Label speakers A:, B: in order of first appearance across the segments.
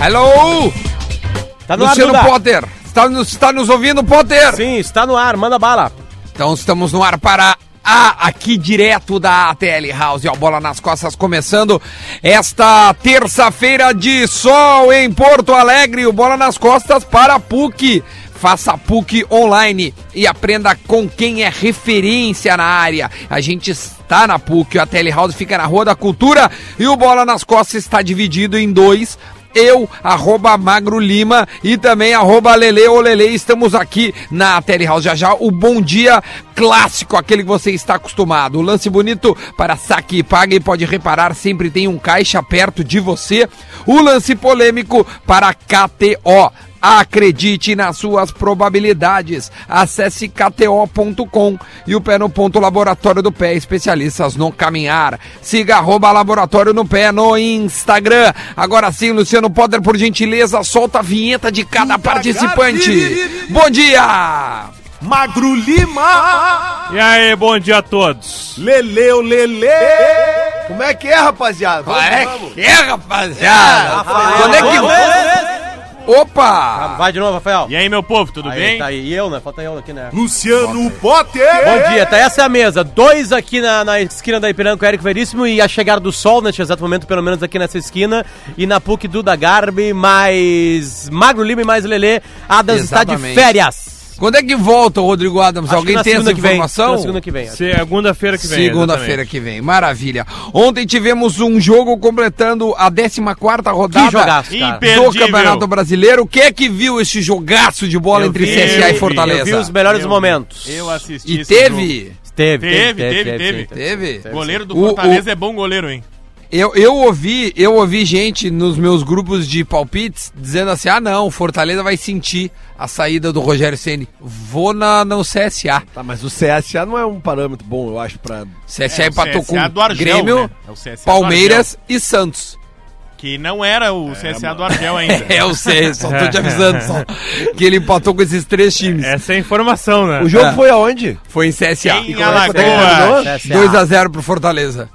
A: Hello!
B: Tá no
A: Luciano
B: ar, Duda.
A: Potter! Está nos, está nos ouvindo, Potter?
B: Sim, está no ar, manda bala.
A: Então estamos no ar para a aqui direto da ATL House, ó, bola nas costas, começando esta terça-feira de sol em Porto Alegre, o bola nas costas para a PUC. Faça a PUC online e aprenda com quem é referência na área. A gente está na PUC, a ATL House fica na Rua da Cultura e o Bola nas Costas está dividido em dois eu, arroba Magro Lima e também arroba Lele Olele. Estamos aqui na Telehouse já já. O bom dia clássico, aquele que você está acostumado. O lance bonito para saque e pague. Pode reparar, sempre tem um caixa perto de você. O lance polêmico para KTO. Acredite nas suas probabilidades. Acesse kto.com e o pé no ponto Laboratório do Pé, especialistas no caminhar. Siga arroba Laboratório no Pé no Instagram. Agora sim, Luciano Potter, por gentileza, solta a vinheta de cada participante. Bom dia!
C: Magro Lima!
D: E aí, bom dia a todos.
C: Leleu, Lele! Como é que é, rapaziada? Vamos, vamos.
A: que é, rapaziada? Quando é que... Opa!
B: Vai de novo, Rafael.
D: E aí, meu povo, tudo
B: Aí,
D: bem?
B: tá aí. E eu, né? Falta eu aqui, né?
C: Luciano Potter!
B: Bom dia, tá essa é a mesa. Dois aqui na, na esquina da Ipiranga com o Eric Veríssimo e a chegar do sol neste exato momento, pelo menos aqui nessa esquina. E na PUC Duda Garbi, mais Magro Lima e mais Lelê. Adams está de
A: Exatamente.
B: férias.
A: Quando é que volta o Rodrigo Adams?
B: Acho que
A: Alguém
B: na
A: tem essa
B: segunda que vem.
A: informação?
B: Na segunda que vem. acho.
D: Segunda-feira que vem. né,
A: Segunda-feira que vem, maravilha. Ontem tivemos um jogo completando a 14ª rodada
B: Que jogaço, cara.
D: Imperdível.
A: do Campeonato Brasileiro. Quem é que viu esse jogaço de bola
D: Eu
A: entre
D: vi,
A: CSA e
D: eu vi,
B: Eu vi os
A: Fortaleza?
B: melhores
D: Eu-
B: momentos.
D: Eu assisti
A: E
D: esse jogo.
A: teve?
B: Teve,
D: Teve, teve,
B: sim,
D: teve.
A: Teve?
D: Goleiro do
A: O-
D: Fortaleza é bom goleiro, hein?
A: Eu, eu ouvi, eu ouvi gente nos meus grupos de palpites dizendo assim: "Ah, não, o Fortaleza vai sentir a saída do Rogério Ceni. Vou na no CSA.
E: Tá, mas o CSA não é um parâmetro bom, eu acho, pra.
A: CSA
D: É, o
A: empatou
D: CSA
A: com
D: do Argel,
A: Grêmio,
D: né? É o CSA do
A: Palmeiras e Santos.
D: Que não era o CSA do Argel ainda.
A: É, eu sei, só tô te avisando só que ele empatou com esses três times.
D: Essa é a informação, né?
E: O jogo
A: É. Ah,
E: foi aonde?
A: Foi em CSA.
D: Em
E: terminou?
D: Alagoas.
A: É.
B: CSA.
A: 2x0 pro Fortaleza.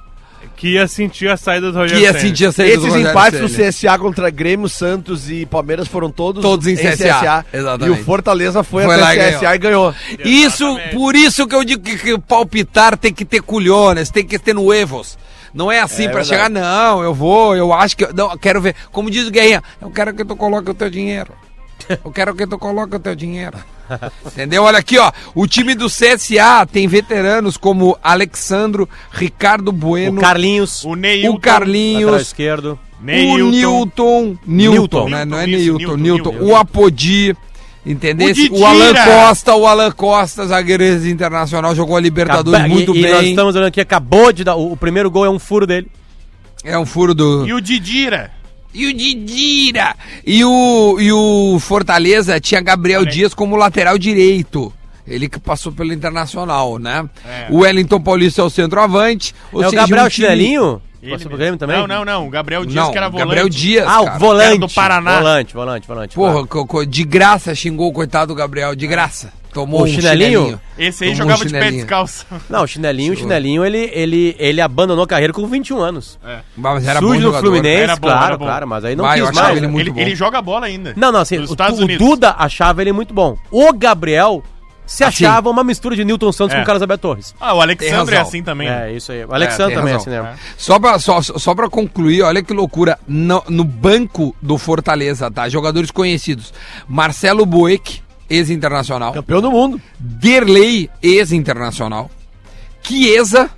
F: Que ia sentir a saída do
A: Que
F: Rogério
A: ia
F: Ceni.
A: sentir a saída do
E: Esses
A: Rogério
E: empates do
A: Ceni.
E: CSA contra Grêmio, Santos e Palmeiras foram todos,
A: Todos em CSA,
E: E o
A: exatamente.
E: Fortaleza foi,
A: Foi lá e É.
E: até o CSA e ganhou.
A: Isso, por isso que eu digo que, que palpitar tem que ter culhones, tem que ter nuevos. Não é assim
E: É
A: pra
E: verdade.
A: chegar, não, eu vou, eu acho que. eu- Não, eu quero ver. Como diz o Guerrinha, eu quero que tu coloque o teu dinheiro. Eu quero que tu coloque o teu dinheiro. Entendeu? Olha aqui, ó. O time do CSA tem veteranos como Alexandro, Ricardo
B: O
A: Bueno,
B: Carlinhos,
D: O
A: o,
D: Neil.
B: lateral
A: Carlinhos,
B: esquerdo.
A: o Newton. Newton,
B: Newton,
A: né? Não é Newton,
D: isso,
A: Newton.
D: Newton, Newton.
A: O Apodi. Entendeu?
D: O Didira.
A: O, Alan Costa, o Alan Costa, zagueiro internacional, jogou a Libertadores
B: Acaba-
A: muito
B: e, E nós
A: bem.
B: estamos olhando aqui, acabou de dar. O, o primeiro gol é um furo dele.
A: É um furo do.
D: E o Didira.
A: E o Didira! E o, e o Fortaleza tinha Gabriel Dias como lateral direito. Ele que passou pelo Internacional, né? O Wellington Paulista é o centroavante. ou
B: é o
A: seja,
B: Gabriel
A: um time-
B: Chinelinho?
D: Ele
B: Passou pro Grêmio
D: mesmo.
B: também?
D: Não, não, não. O Gabriel Dias
A: Não,
D: que era volante.
A: Gabriel Dias.
B: Ah,
A: cara.
B: o volante.
D: Era do Paraná.
B: Volante, volante, volante.
A: Porra, co- co- de graça xingou o coitado do Gabriel, de graça. Tomou
B: O
A: um
B: chinelinho?
A: chinelinho.
D: Esse aí
A: Tomou um
D: jogava de pé
A: chinelinho.
D: descalço.
B: Não, o chinelinho, o chinelinho, ele, ele, ele abandonou a carreira com 21 anos.
A: Mas era bom
B: Sujo no
A: jogador.
B: Fluminense,
D: Era bom,
B: claro,
D: era bom.
B: claro, mas aí não
A: Vai, eu
B: quis
A: achava
B: mais.
A: ele
B: né?
A: muito
D: Ele,
A: bom.
D: ele joga bola ainda.
B: Não, não, assim,
D: Nos
B: o,
D: Estados
B: o
D: Unidos.
B: Duda achava ele muito bom. O Gabriel se
A: Assim.
B: achava uma mistura de Newton Santos
D: É.
B: com Carlos Alberto Torres.
D: Ah, o Alexandre é
A: razão.
D: assim também.
B: É, isso aí. O Alexandre
A: tem
B: também,
A: razão.
B: assim, né?
A: Só pra, só, só pra concluir, olha que loucura. No, no banco do Fortaleza, tá? Jogadores conhecidos. Marcelo Boeck, ex-internacional.
E: Campeão do mundo.
A: Derlei, ex-internacional. Chiesa,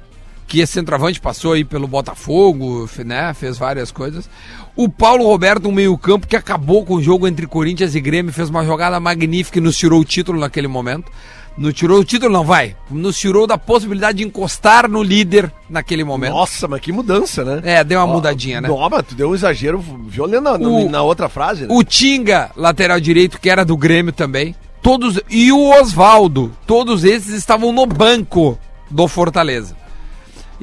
A: que é centroavante, passou aí pelo Botafogo, fe- né? Fez várias coisas. O Paulo Roberto, um meio-campo, que acabou com o jogo entre Corinthians e Grêmio, fez uma jogada magnífica e nos tirou o título naquele momento. Nos tirou o título, não vai. Nos tirou da possibilidade de encostar no líder naquele momento.
E: Nossa, mas que mudança, né?
A: É, deu uma
E: Ó,
A: mudadinha, né?
E: Não, mas tu deu um exagero violento na, na-
A: O-
E: na outra frase, né?
A: O Tinga, lateral direito, que era do Grêmio também. Todos e o Oswaldo, todos esses estavam no banco do Fortaleza.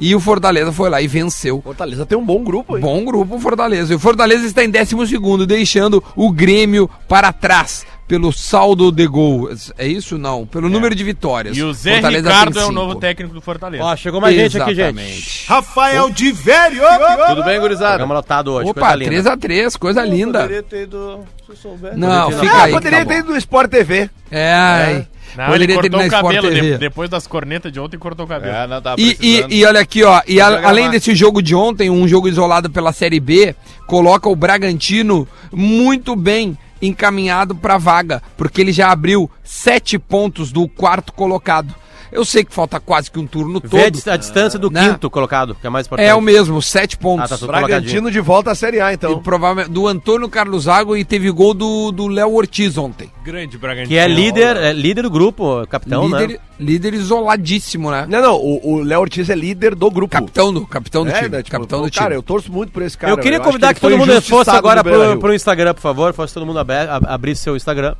A: E o Fortaleza foi lá e venceu.
E: Fortaleza tem um bom grupo, hein?
A: Bom grupo o Fortaleza. E o Fortaleza está em décimo segundo, deixando o Grêmio para trás. pelo saldo de gols. É isso? Não. Pelo número de vitórias.
D: E o Zé
A: Fortaleza tem
D: Ricardo é o
A: cinco.
D: novo técnico do Fortaleza.
B: Ó, chegou mais gente aqui, gente.
A: Exatamente.
D: é
C: Rafael de Vério!
E: Tudo bem, gurizada?
B: Programa lotado hoje.
A: Opa, 3x3, coisa linda.
E: Poderia ter ido, se eu souber.
A: Não,
B: Poderia-
A: fica
E: ah,
A: aí. que
E: poderia
A: tá
E: ter
A: bom.
E: ido no Sport TV.
A: É, ai.
D: Não, ele
A: na
D: cortou o
A: Sport
D: cabelo de-
A: TV.
D: depois das cornetas de ontem, cortou o cabelo.
E: não, tava
A: E, e- e olha aqui, ó. E a-
E: Programar.
A: além desse jogo de ontem, um jogo isolado pela Série B, coloca o Bragantino muito bem encaminhado para vaga, porque ele já abriu sete pontos do quarto colocado. Eu sei que falta quase que um turno
B: Vê a,
A: todo.
B: dis- a distância do
A: Né?
B: quinto colocado, que é mais importante.
A: É o mesmo, sete
B: Ah,
A: pontos.
B: tá tudo colocadinho.
E: Bragantino de volta à Série A,
A: E
E: então.
A: provavelmente do Antônio Carlos Zago e teve gol do do Léo Ortiz ontem.
F: Grande Bragantino.
B: Que é líder, é líder do grupo, capitão, né?
A: líder, líder isoladíssimo, né?
E: Então, Não, não, o o Léo Ortiz é líder do grupo.
A: Capitão do, capitão do
E: É,
A: time.
E: né, tipo,
A: capitão
E: pô,
A: do time.
E: Cara, eu torço muito por esse cara.
B: eu queria
E: acho
B: convidar
E: ele
B: que,
E: foi
B: todo mundo
E: injustiçado
B: fosse agora
E: no Beira-Rio.
B: pro, pro Instagram, por favor. Fosse todo mundo abe- ab- abrir seu Instagram.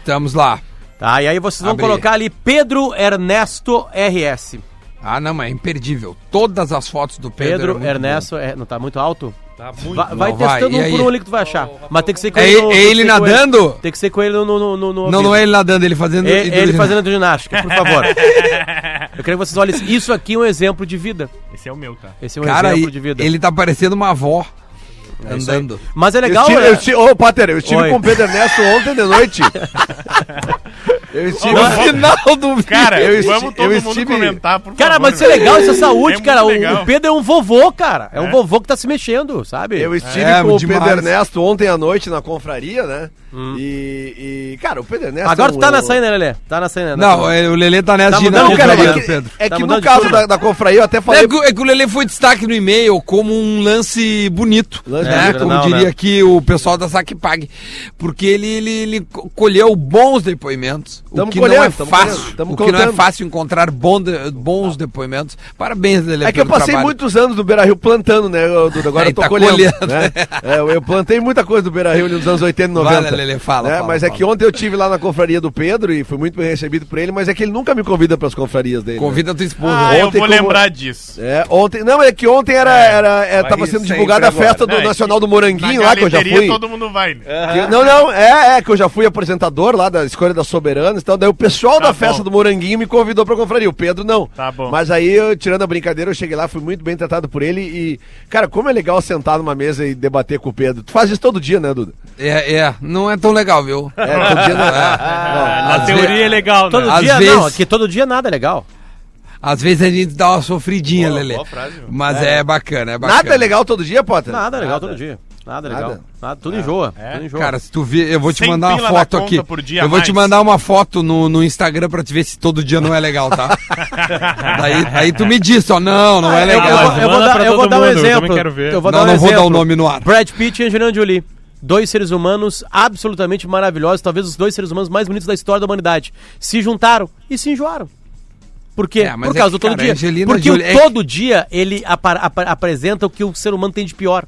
A: Estamos lá.
B: Tá, e aí vocês vão
A: Abre.
B: colocar ali Pedro Ernesto RS.
A: Ah, não, mas é imperdível. Todas as fotos do Pedro.
B: Pedro,
A: é muito
B: Ernesto, é, não tá muito alto?
F: Tá muito.
B: Va- vai
A: não, vai,
B: testando
A: e
B: um
A: aí?
B: por um ali que tu vai achar. Mas tem que ser com
A: bom. É,
B: no-
A: é
B: tem que
A: ele
B: ser com
A: nadando?
B: Tem que ser com ele no. no, no, no
A: Não, não
B: ouvido.
A: é ele nadando, ele fazendo.
B: E- Ele,
A: hidroginástica.
B: fazendo ginástica, por favor. Eu queria que vocês olhem. Isso aqui é um exemplo de vida.
D: Esse é o meu, tá?
B: Esse é um
A: Cara,
B: exemplo
A: e-
B: de vida.
A: ele tá parecendo uma avó andando.
B: Mas é
E: Eu
B: legal,
E: estive-
B: né?
E: eu estive- Ô, Pater, eu estive
B: Oi.
E: com o Pedro Ernesto ontem de noite. eu estive.
D: Ô,
A: Final do vídeo.
D: Cara,
E: Eu esti-
D: vamos todo
E: eu
D: mundo
E: estive-
D: comentar, por
B: Cara,
D: favor,
B: mas isso é
D: né?
B: legal, isso é saúde,
D: É
B: cara.
D: muito
B: O,
D: legal.
B: o Pedro é um vovô, cara. É um vovô que tá se mexendo, sabe?
E: Eu estive
A: É,
E: com
A: demais.
E: o Pedro Ernesto ontem à noite na confraria, né? E, e, cara, o Pedro Ernesto.
B: Hum. Agora
E: é um-
B: tu tá na saína, né, Lelê? Tá na saína. né?
A: Não, é, o Lelê tá nessa
B: Tá
A: de
B: mudando,
E: Não,
A: nadando,
E: cara,
B: Não,
E: é
B: Pedro
E: que,
A: Pedro.
E: é
B: Tá
E: que
B: mudando
E: no
B: de
E: caso
B: turma.
E: da, da confraria eu até
A: É
E: falei.
A: que, o- é que o Lelê foi destaque no e-mail como um lance bonito,
E: Lance
A: né?
B: bonito.
A: como
B: Não,
A: diria
B: né?
A: aqui o pessoal da Saque Pague, porque ele, ele, ele co- colheu bons depoimentos, o
E: Tamo
A: que não
E: colhendo,
A: é
E: tamo
A: fácil,
E: colhendo, tamo
A: o que não é
E: colhendo.
A: fácil encontrar bom de- bons depoimentos. Parabéns, Lelê,
E: É que eu
A: pelo
E: passei
A: trabalho.
E: muitos anos do Beira Rio plantando, né, eu- Duda? Agora
A: Aí
E: eu tô
A: tá
E: colhendo.
A: colhendo.
E: né? É, eu eu plantei muita coisa do Beira Rio nos anos 80 e 90.
A: Vai, Lelê, fala,
E: né?
A: fala,
E: mas
A: fala.
E: é que ontem eu tive lá na confraria do Pedro e fui muito bem recebido por ele, mas é que ele nunca me convida pras confrarias dele. né?
A: Convida a tua esposa.
D: Ah, eu
E: Ontem
D: vou
E: como-
D: lembrar disso.
E: É, ontem. Não, é que ontem era, era, é, tava
C: ir
E: sendo
C: sempre
E: divulgada a
C: agora.
E: festa do
D: Não, é
E: Nacional do Moranguinho
D: Na
E: lá, que eu já
D: galeteria
E: fui.
D: todo mundo vai, né?
E: Que- não, não, é, é que eu já fui apresentador lá da Escolha das Soberanas e tal. Daí o pessoal
D: Tá
E: da festa
D: bom.
E: do Moranguinho me convidou pra confraria. O Pedro não.
D: Tá bom.
E: Mas aí, eu, tirando a brincadeira, eu cheguei lá, fui muito bem tratado por ele. E, cara, como é legal sentar numa mesa e debater com o Pedro. Tu faz isso todo dia, né, Duda?
A: É, é, não é tão legal, viu?
E: É, todo dia não.
B: Ah.
E: não.
F: Na
D: Ah,
A: Às
F: teoria
A: ve-
F: é legal,
B: Todo
F: né?
A: Às
B: dia não,
A: vezes-
B: que todo dia nada é legal.
A: Às vezes a gente dá uma sofridinha,
D: Boa-
A: Lelê.
D: boa frase, meu.
A: Mas é. bacana, é bacana.
E: Nada é legal todo dia, Potter?
B: Nada é legal todo dia. Nada é legal.
E: Nada.
B: Nada, tudo enjoa.
D: É.
B: Tudo enjoa.
A: Cara, se tu vê, eu vou te
D: Cem
A: mandar uma
D: pila
A: foto
D: na conta
A: aqui.
D: por dia
A: Eu vou te
D: mais.
A: mandar uma foto no, no Instagram pra te ver se todo dia não é legal, tá? Daí, aí tu me diz, ó, não, não é
B: Eu vou-
A: legal.
B: eu, vou
F: Manda
B: dar,
F: pra
B: eu vou
F: todo
B: dar um
F: mundo, eu também
B: exemplo.
F: quero ver.
B: vou um
A: Não, não vou dar o
B: exemplo.
A: nome no ar.
B: Brad Pitt e Angelina Jolie. Dois seres humanos absolutamente maravilhosos, talvez os dois seres humanos mais bonitos da história da humanidade. Se juntaram e se enjoaram. Por quê?
A: É, mas
B: Por
A: é
B: causa
A: que,
B: do todo
A: cara,
B: dia.
A: Angelina
B: Porque
A: Jolie- é
B: o
A: que-
B: todo dia ele apa- apa- apresenta o que o ser humano tem de pior.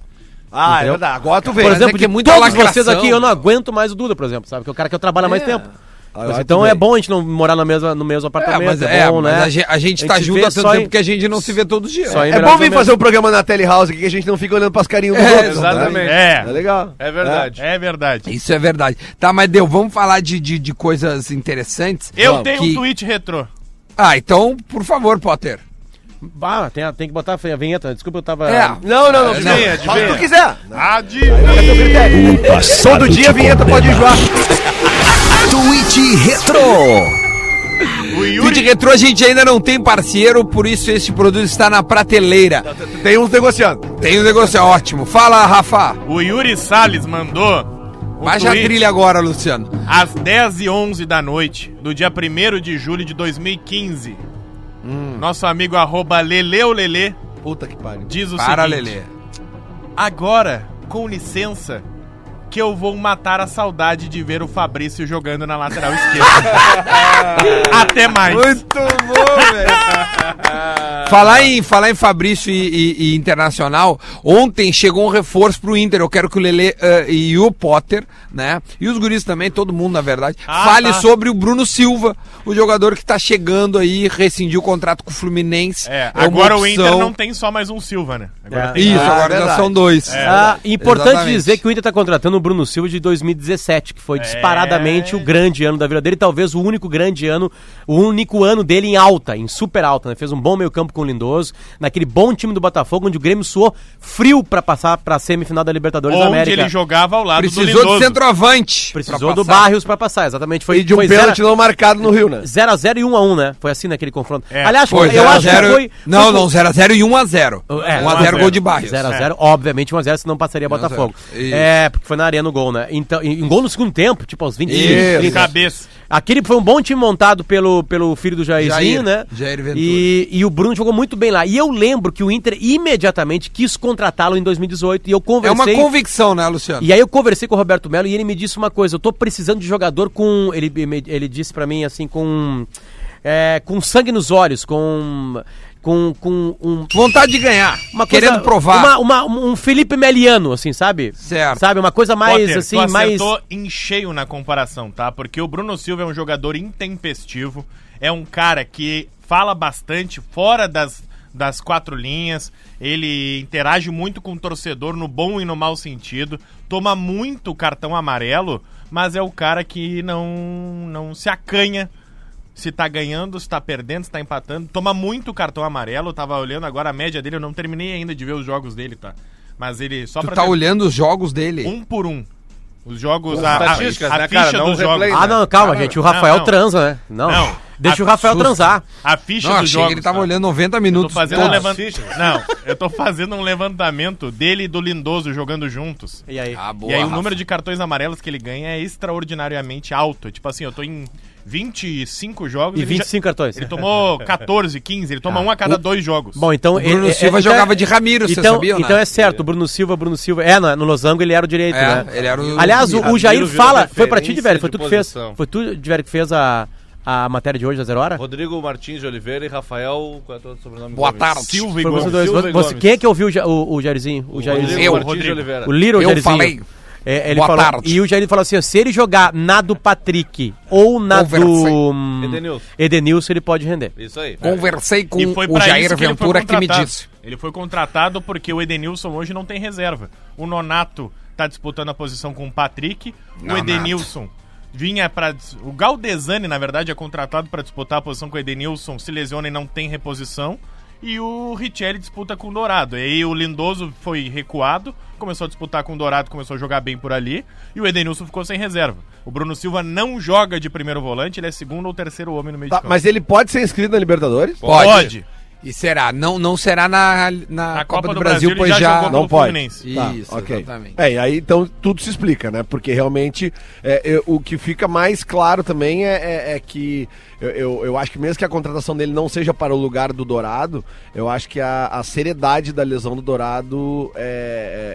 E: Ah, é
B: Entendeu?
E: verdade. Agora tu vê.
A: mas
B: Por
A: é
B: exemplo,
A: que é
B: de
A: muita
B: todos
A: lacração,
B: vocês aqui, eu não
A: cara.
B: aguento mais o Duda, por exemplo, sabe? Que é o cara que eu trabalho há mais tempo.
A: Ah,
B: Mas
E: lá,
B: então
E: tudo
B: é
E: bem.
B: bom a gente não morar no mesmo, no mesmo
A: É,
B: apartamento.
A: mas, é,
B: bom,
A: mas
B: né?
A: a gente, a gente
B: A
A: tá
B: gente
A: junto
B: vê
A: há tanto
B: só
A: tempo
B: em-
A: que a gente não se vê todo dia.
B: só em-
E: É bom vir fazer um programa na Telehouse aqui que a gente não fica olhando pras carinhas dos
A: É,
E: outros. né?
C: exatamente.
D: É,
E: É legal.
C: É verdade.
D: é verdade.
A: Isso é verdade. Tá, mas deu, vamos falar de, de, de coisas interessantes.
D: Eu tenho
A: que-
D: um tweet retrô.
A: Ah, então, por favor, Potter.
B: Bah, tem, a- tem que botar a vinheta. Desculpa, eu tava.
A: É.
E: Não, não, não.
A: Adivinha,
E: não. Fala o que tu quiser.
D: Adivinha!
E: Todo dia a vinheta pode enjoar.
D: O
A: Tweet
D: Yuri,
A: Retro a gente ainda não tem parceiro, por isso esse produto está na prateleira.
E: Tem uns negociando.
A: Tem um negócio ótimo. Fala, Rafa.
D: o Yuri Salles mandou um
A: Baixa a trilha agora, Luciano.
D: às 10 e 11 da noite do dia 1 de julho de 2015.
A: Hum.
D: Nosso amigo arroba Leleolele
E: Puta que pariu.
D: diz o
A: Para,
D: seguinte.
A: Lelê.
D: Agora, com licença, que eu vou matar a saudade de ver o Fabrício jogando na lateral esquerda. Até mais.
A: bom, velho. Falar em, falar em Fabrício e, e- e Internacional, ontem chegou um reforço pro Inter. Eu quero que o Lele eh, e o Potter, né? E os guris também, todo mundo, na verdade,
D: Ah,
A: fale
D: tá.
A: sobre o Bruno Silva, o jogador que tá chegando aí, rescindiu o contrato com o Fluminense.
D: É,
A: uma
D: agora o Inter
A: opção.
D: não tem só mais um Silva, né? Agora
B: É.
D: tem É.
A: Isso,
E: Ah,
A: agora já
E: verdade.
A: são dois.
B: Ah, importante
A: É Exatamente.
B: dizer que o Inter está contratando o Bruno Silva de 2017, que foi disparadamente o grande ano da vida dele, talvez o único grande ano, o único ano dele em alta, em super alta, né? Fez um bom meio-campo com o Lindoso, naquele bom time do Botafogo, onde o Grêmio suou frio para passar para a semifinal da Libertadores da
D: onde
B: América.
D: ele jogava ao lado do
A: Precisou de
D: Tá Lindoso.
A: centroavante.
B: Precisou
A: pra
B: do
A: passar.
B: Barrios para passar, exatamente. Foi
E: E de um
B: foi
E: pênalti não marcado no Rio, né?
B: 0x0 e 1x1, né? Foi assim naquele confronto.
D: É.
B: Aliás,
A: Foi,
B: eu
A: 0
B: acho que foi.
A: Não,
B: foi-
A: não, 0x0 e 1x0.
B: É,
A: 1x0 gol de Barrios. É.
B: 0x0, obviamente 1x0, senão passaria Botafogo.
A: Isso.
B: É, porque foi na arena o gol, né? Então, e um gol no segundo tempo, tipo aos 20
A: Isso.
D: De
B: 30.
D: cabeça.
B: Aquele foi um bom time montado pelo, pelo filho do Jairzinho,
A: Jair,
B: né?
A: Jair Ventura.
B: E, e o Bruno jogou muito bem lá. E eu lembro que o Inter imediatamente quis contratá-lo em 2018 e eu
A: É uma
B: conversei...
A: convicção, né, Luciano?
B: E aí eu conversei com o Roberto Melo e ele me disse uma coisa, eu tô precisando de jogador com, ele, me- ele disse pra mim assim, com, é, com sangue nos olhos, com, com, com um,
A: Vontade de ganhar,
B: uma coisa-
A: querendo provar.
B: uma- uma- um Felipe Meliano, assim, sabe?
A: Certo.
B: Sabe, uma coisa mais,
D: Potter,
B: assim,
D: tu
B: mais...
D: acertou em cheio na comparação, tá? Porque o Bruno Silva é um jogador intempestivo, é um cara que fala bastante fora das, das quatro linhas, ele interage muito com o torcedor no bom e no mau sentido, toma muito cartão amarelo, mas é o cara que não, não se acanha se tá ganhando, se tá perdendo, se tá empatando. Toma muito cartão amarelo, eu tava olhando agora a média dele, eu não terminei ainda de ver os jogos dele, tá? Mas ele, só
A: Tu
D: pra
A: tá
D: ter-
A: olhando os jogos dele.
D: um por um. Os jogos,
C: As
D: a, a, a ficha
C: estatísticas, né, cara? Não
D: dos
C: o replay,
D: jogos.
B: Ah, não, calma,
D: Cara,
B: gente, o
D: não,
B: Rafael
D: não.
B: transa, né? Não,
D: Não. Ah,
B: deixa o Rafael
A: Absurdo.
B: transar.
D: A ficha
A: Não,
D: dos
A: achei
D: jogos.
A: que ele tava
D: tá?
A: olhando 90
D: Eu tô
A: minutos.
D: fazendo um
A: todos.
D: levan-
C: fichas.
D: Não, eu tô fazendo um levantamento dele e do Lindoso jogando juntos.
B: E aí?
A: Ah, boa,
D: e aí o
A: Rafa.
D: número de cartões amarelos que ele ganha é extraordinariamente alto. É Tipo assim, eu tô em 25 jogos
B: e
D: ele já-
B: 25 cartões.
D: Ele tomou 14, 15, ele toma um a cada dois jogos.
B: Bom, então...
A: Bruno Silva jogava de Ramiro, você
B: então,
A: sabia ou não?
B: Então é certo, o Bruno Silva, Bruno Silva... É, na- no Losango ele era o direito,
A: É,
B: né?
A: ele era o-
B: Aliás, o, o
A: Ramiro
B: Jair
F: virou
B: fala... Foi pra ti,
F: referência
B: Diverio, foi
F: de
B: tu que fez...
F: posição.
B: Foi tu, Diverio, que fez a, a matéria de hoje, da Zero Hora?
F: Rodrigo Martins de Oliveira e Rafael. Qual é o teu sobrenome?
A: Boa
F: Gomes?
A: tarde.
D: Silva e
B: Foi
D: Gomes.
B: vocês dois.
F: Silva
B: Você,
F: e Gomes.
B: quem é que ouviu o, Ja- o, o Jairzinho? O Jairzinho.
F: Rodrigo
A: Eu,
F: Martins de
D: Rodrigo.
F: Oliveira.
B: O Little
A: Eu
B: Jairzinho.
A: falei.
B: É, ele
A: Boa
B: falou,
A: tarde.
B: E o Jair falou assim: ó, se ele jogar na do Patrick ou na
A: Conversei.
B: do hum,
F: Edenilson.
B: Edenilson, ele pode render.
F: Isso aí.
A: Conversei com
D: E foi
A: o
D: pra
A: Jair
D: isso que ele foi
A: Ventura que me
D: contratado.
A: disse.
D: Ele foi contratado porque o Edenilson hoje não tem reserva. O Nonato tá disputando a posição com o Patrick. O
A: Nonato.
D: Edenilson vinha para O Galdesani, na verdade, é contratado para disputar a posição com o Edenilson, se lesiona e não tem reposição. E o Richelli disputa com o Dourado. E aí o Lindoso foi recuado, começou a disputar com o Dourado, começou a jogar bem por ali. E o Edenilson ficou sem reserva. O Bruno Silva não joga de primeiro volante, ele é segundo ou terceiro homem no meio
E: Tá,
D: de campo.
E: mas ele pode ser inscrito na Libertadores?
A: Pode. E será? Não, não será na, na
D: Na
A: Copa, do Brasil,
D: ele
A: pois
D: já
A: já.
D: jogou
A: Não.
D: pelo
E: Não pode.
D: Fluminense.
E: Tá,
A: Isso,
E: ok.
A: exatamente.
E: É, e aí então tudo se explica, né? Porque realmente é, eu- o que fica mais claro também é, é- é que eu, eu, eu acho que mesmo que a contratação dele não seja para o lugar do Dourado, eu acho que a, a seriedade da lesão do Dourado é.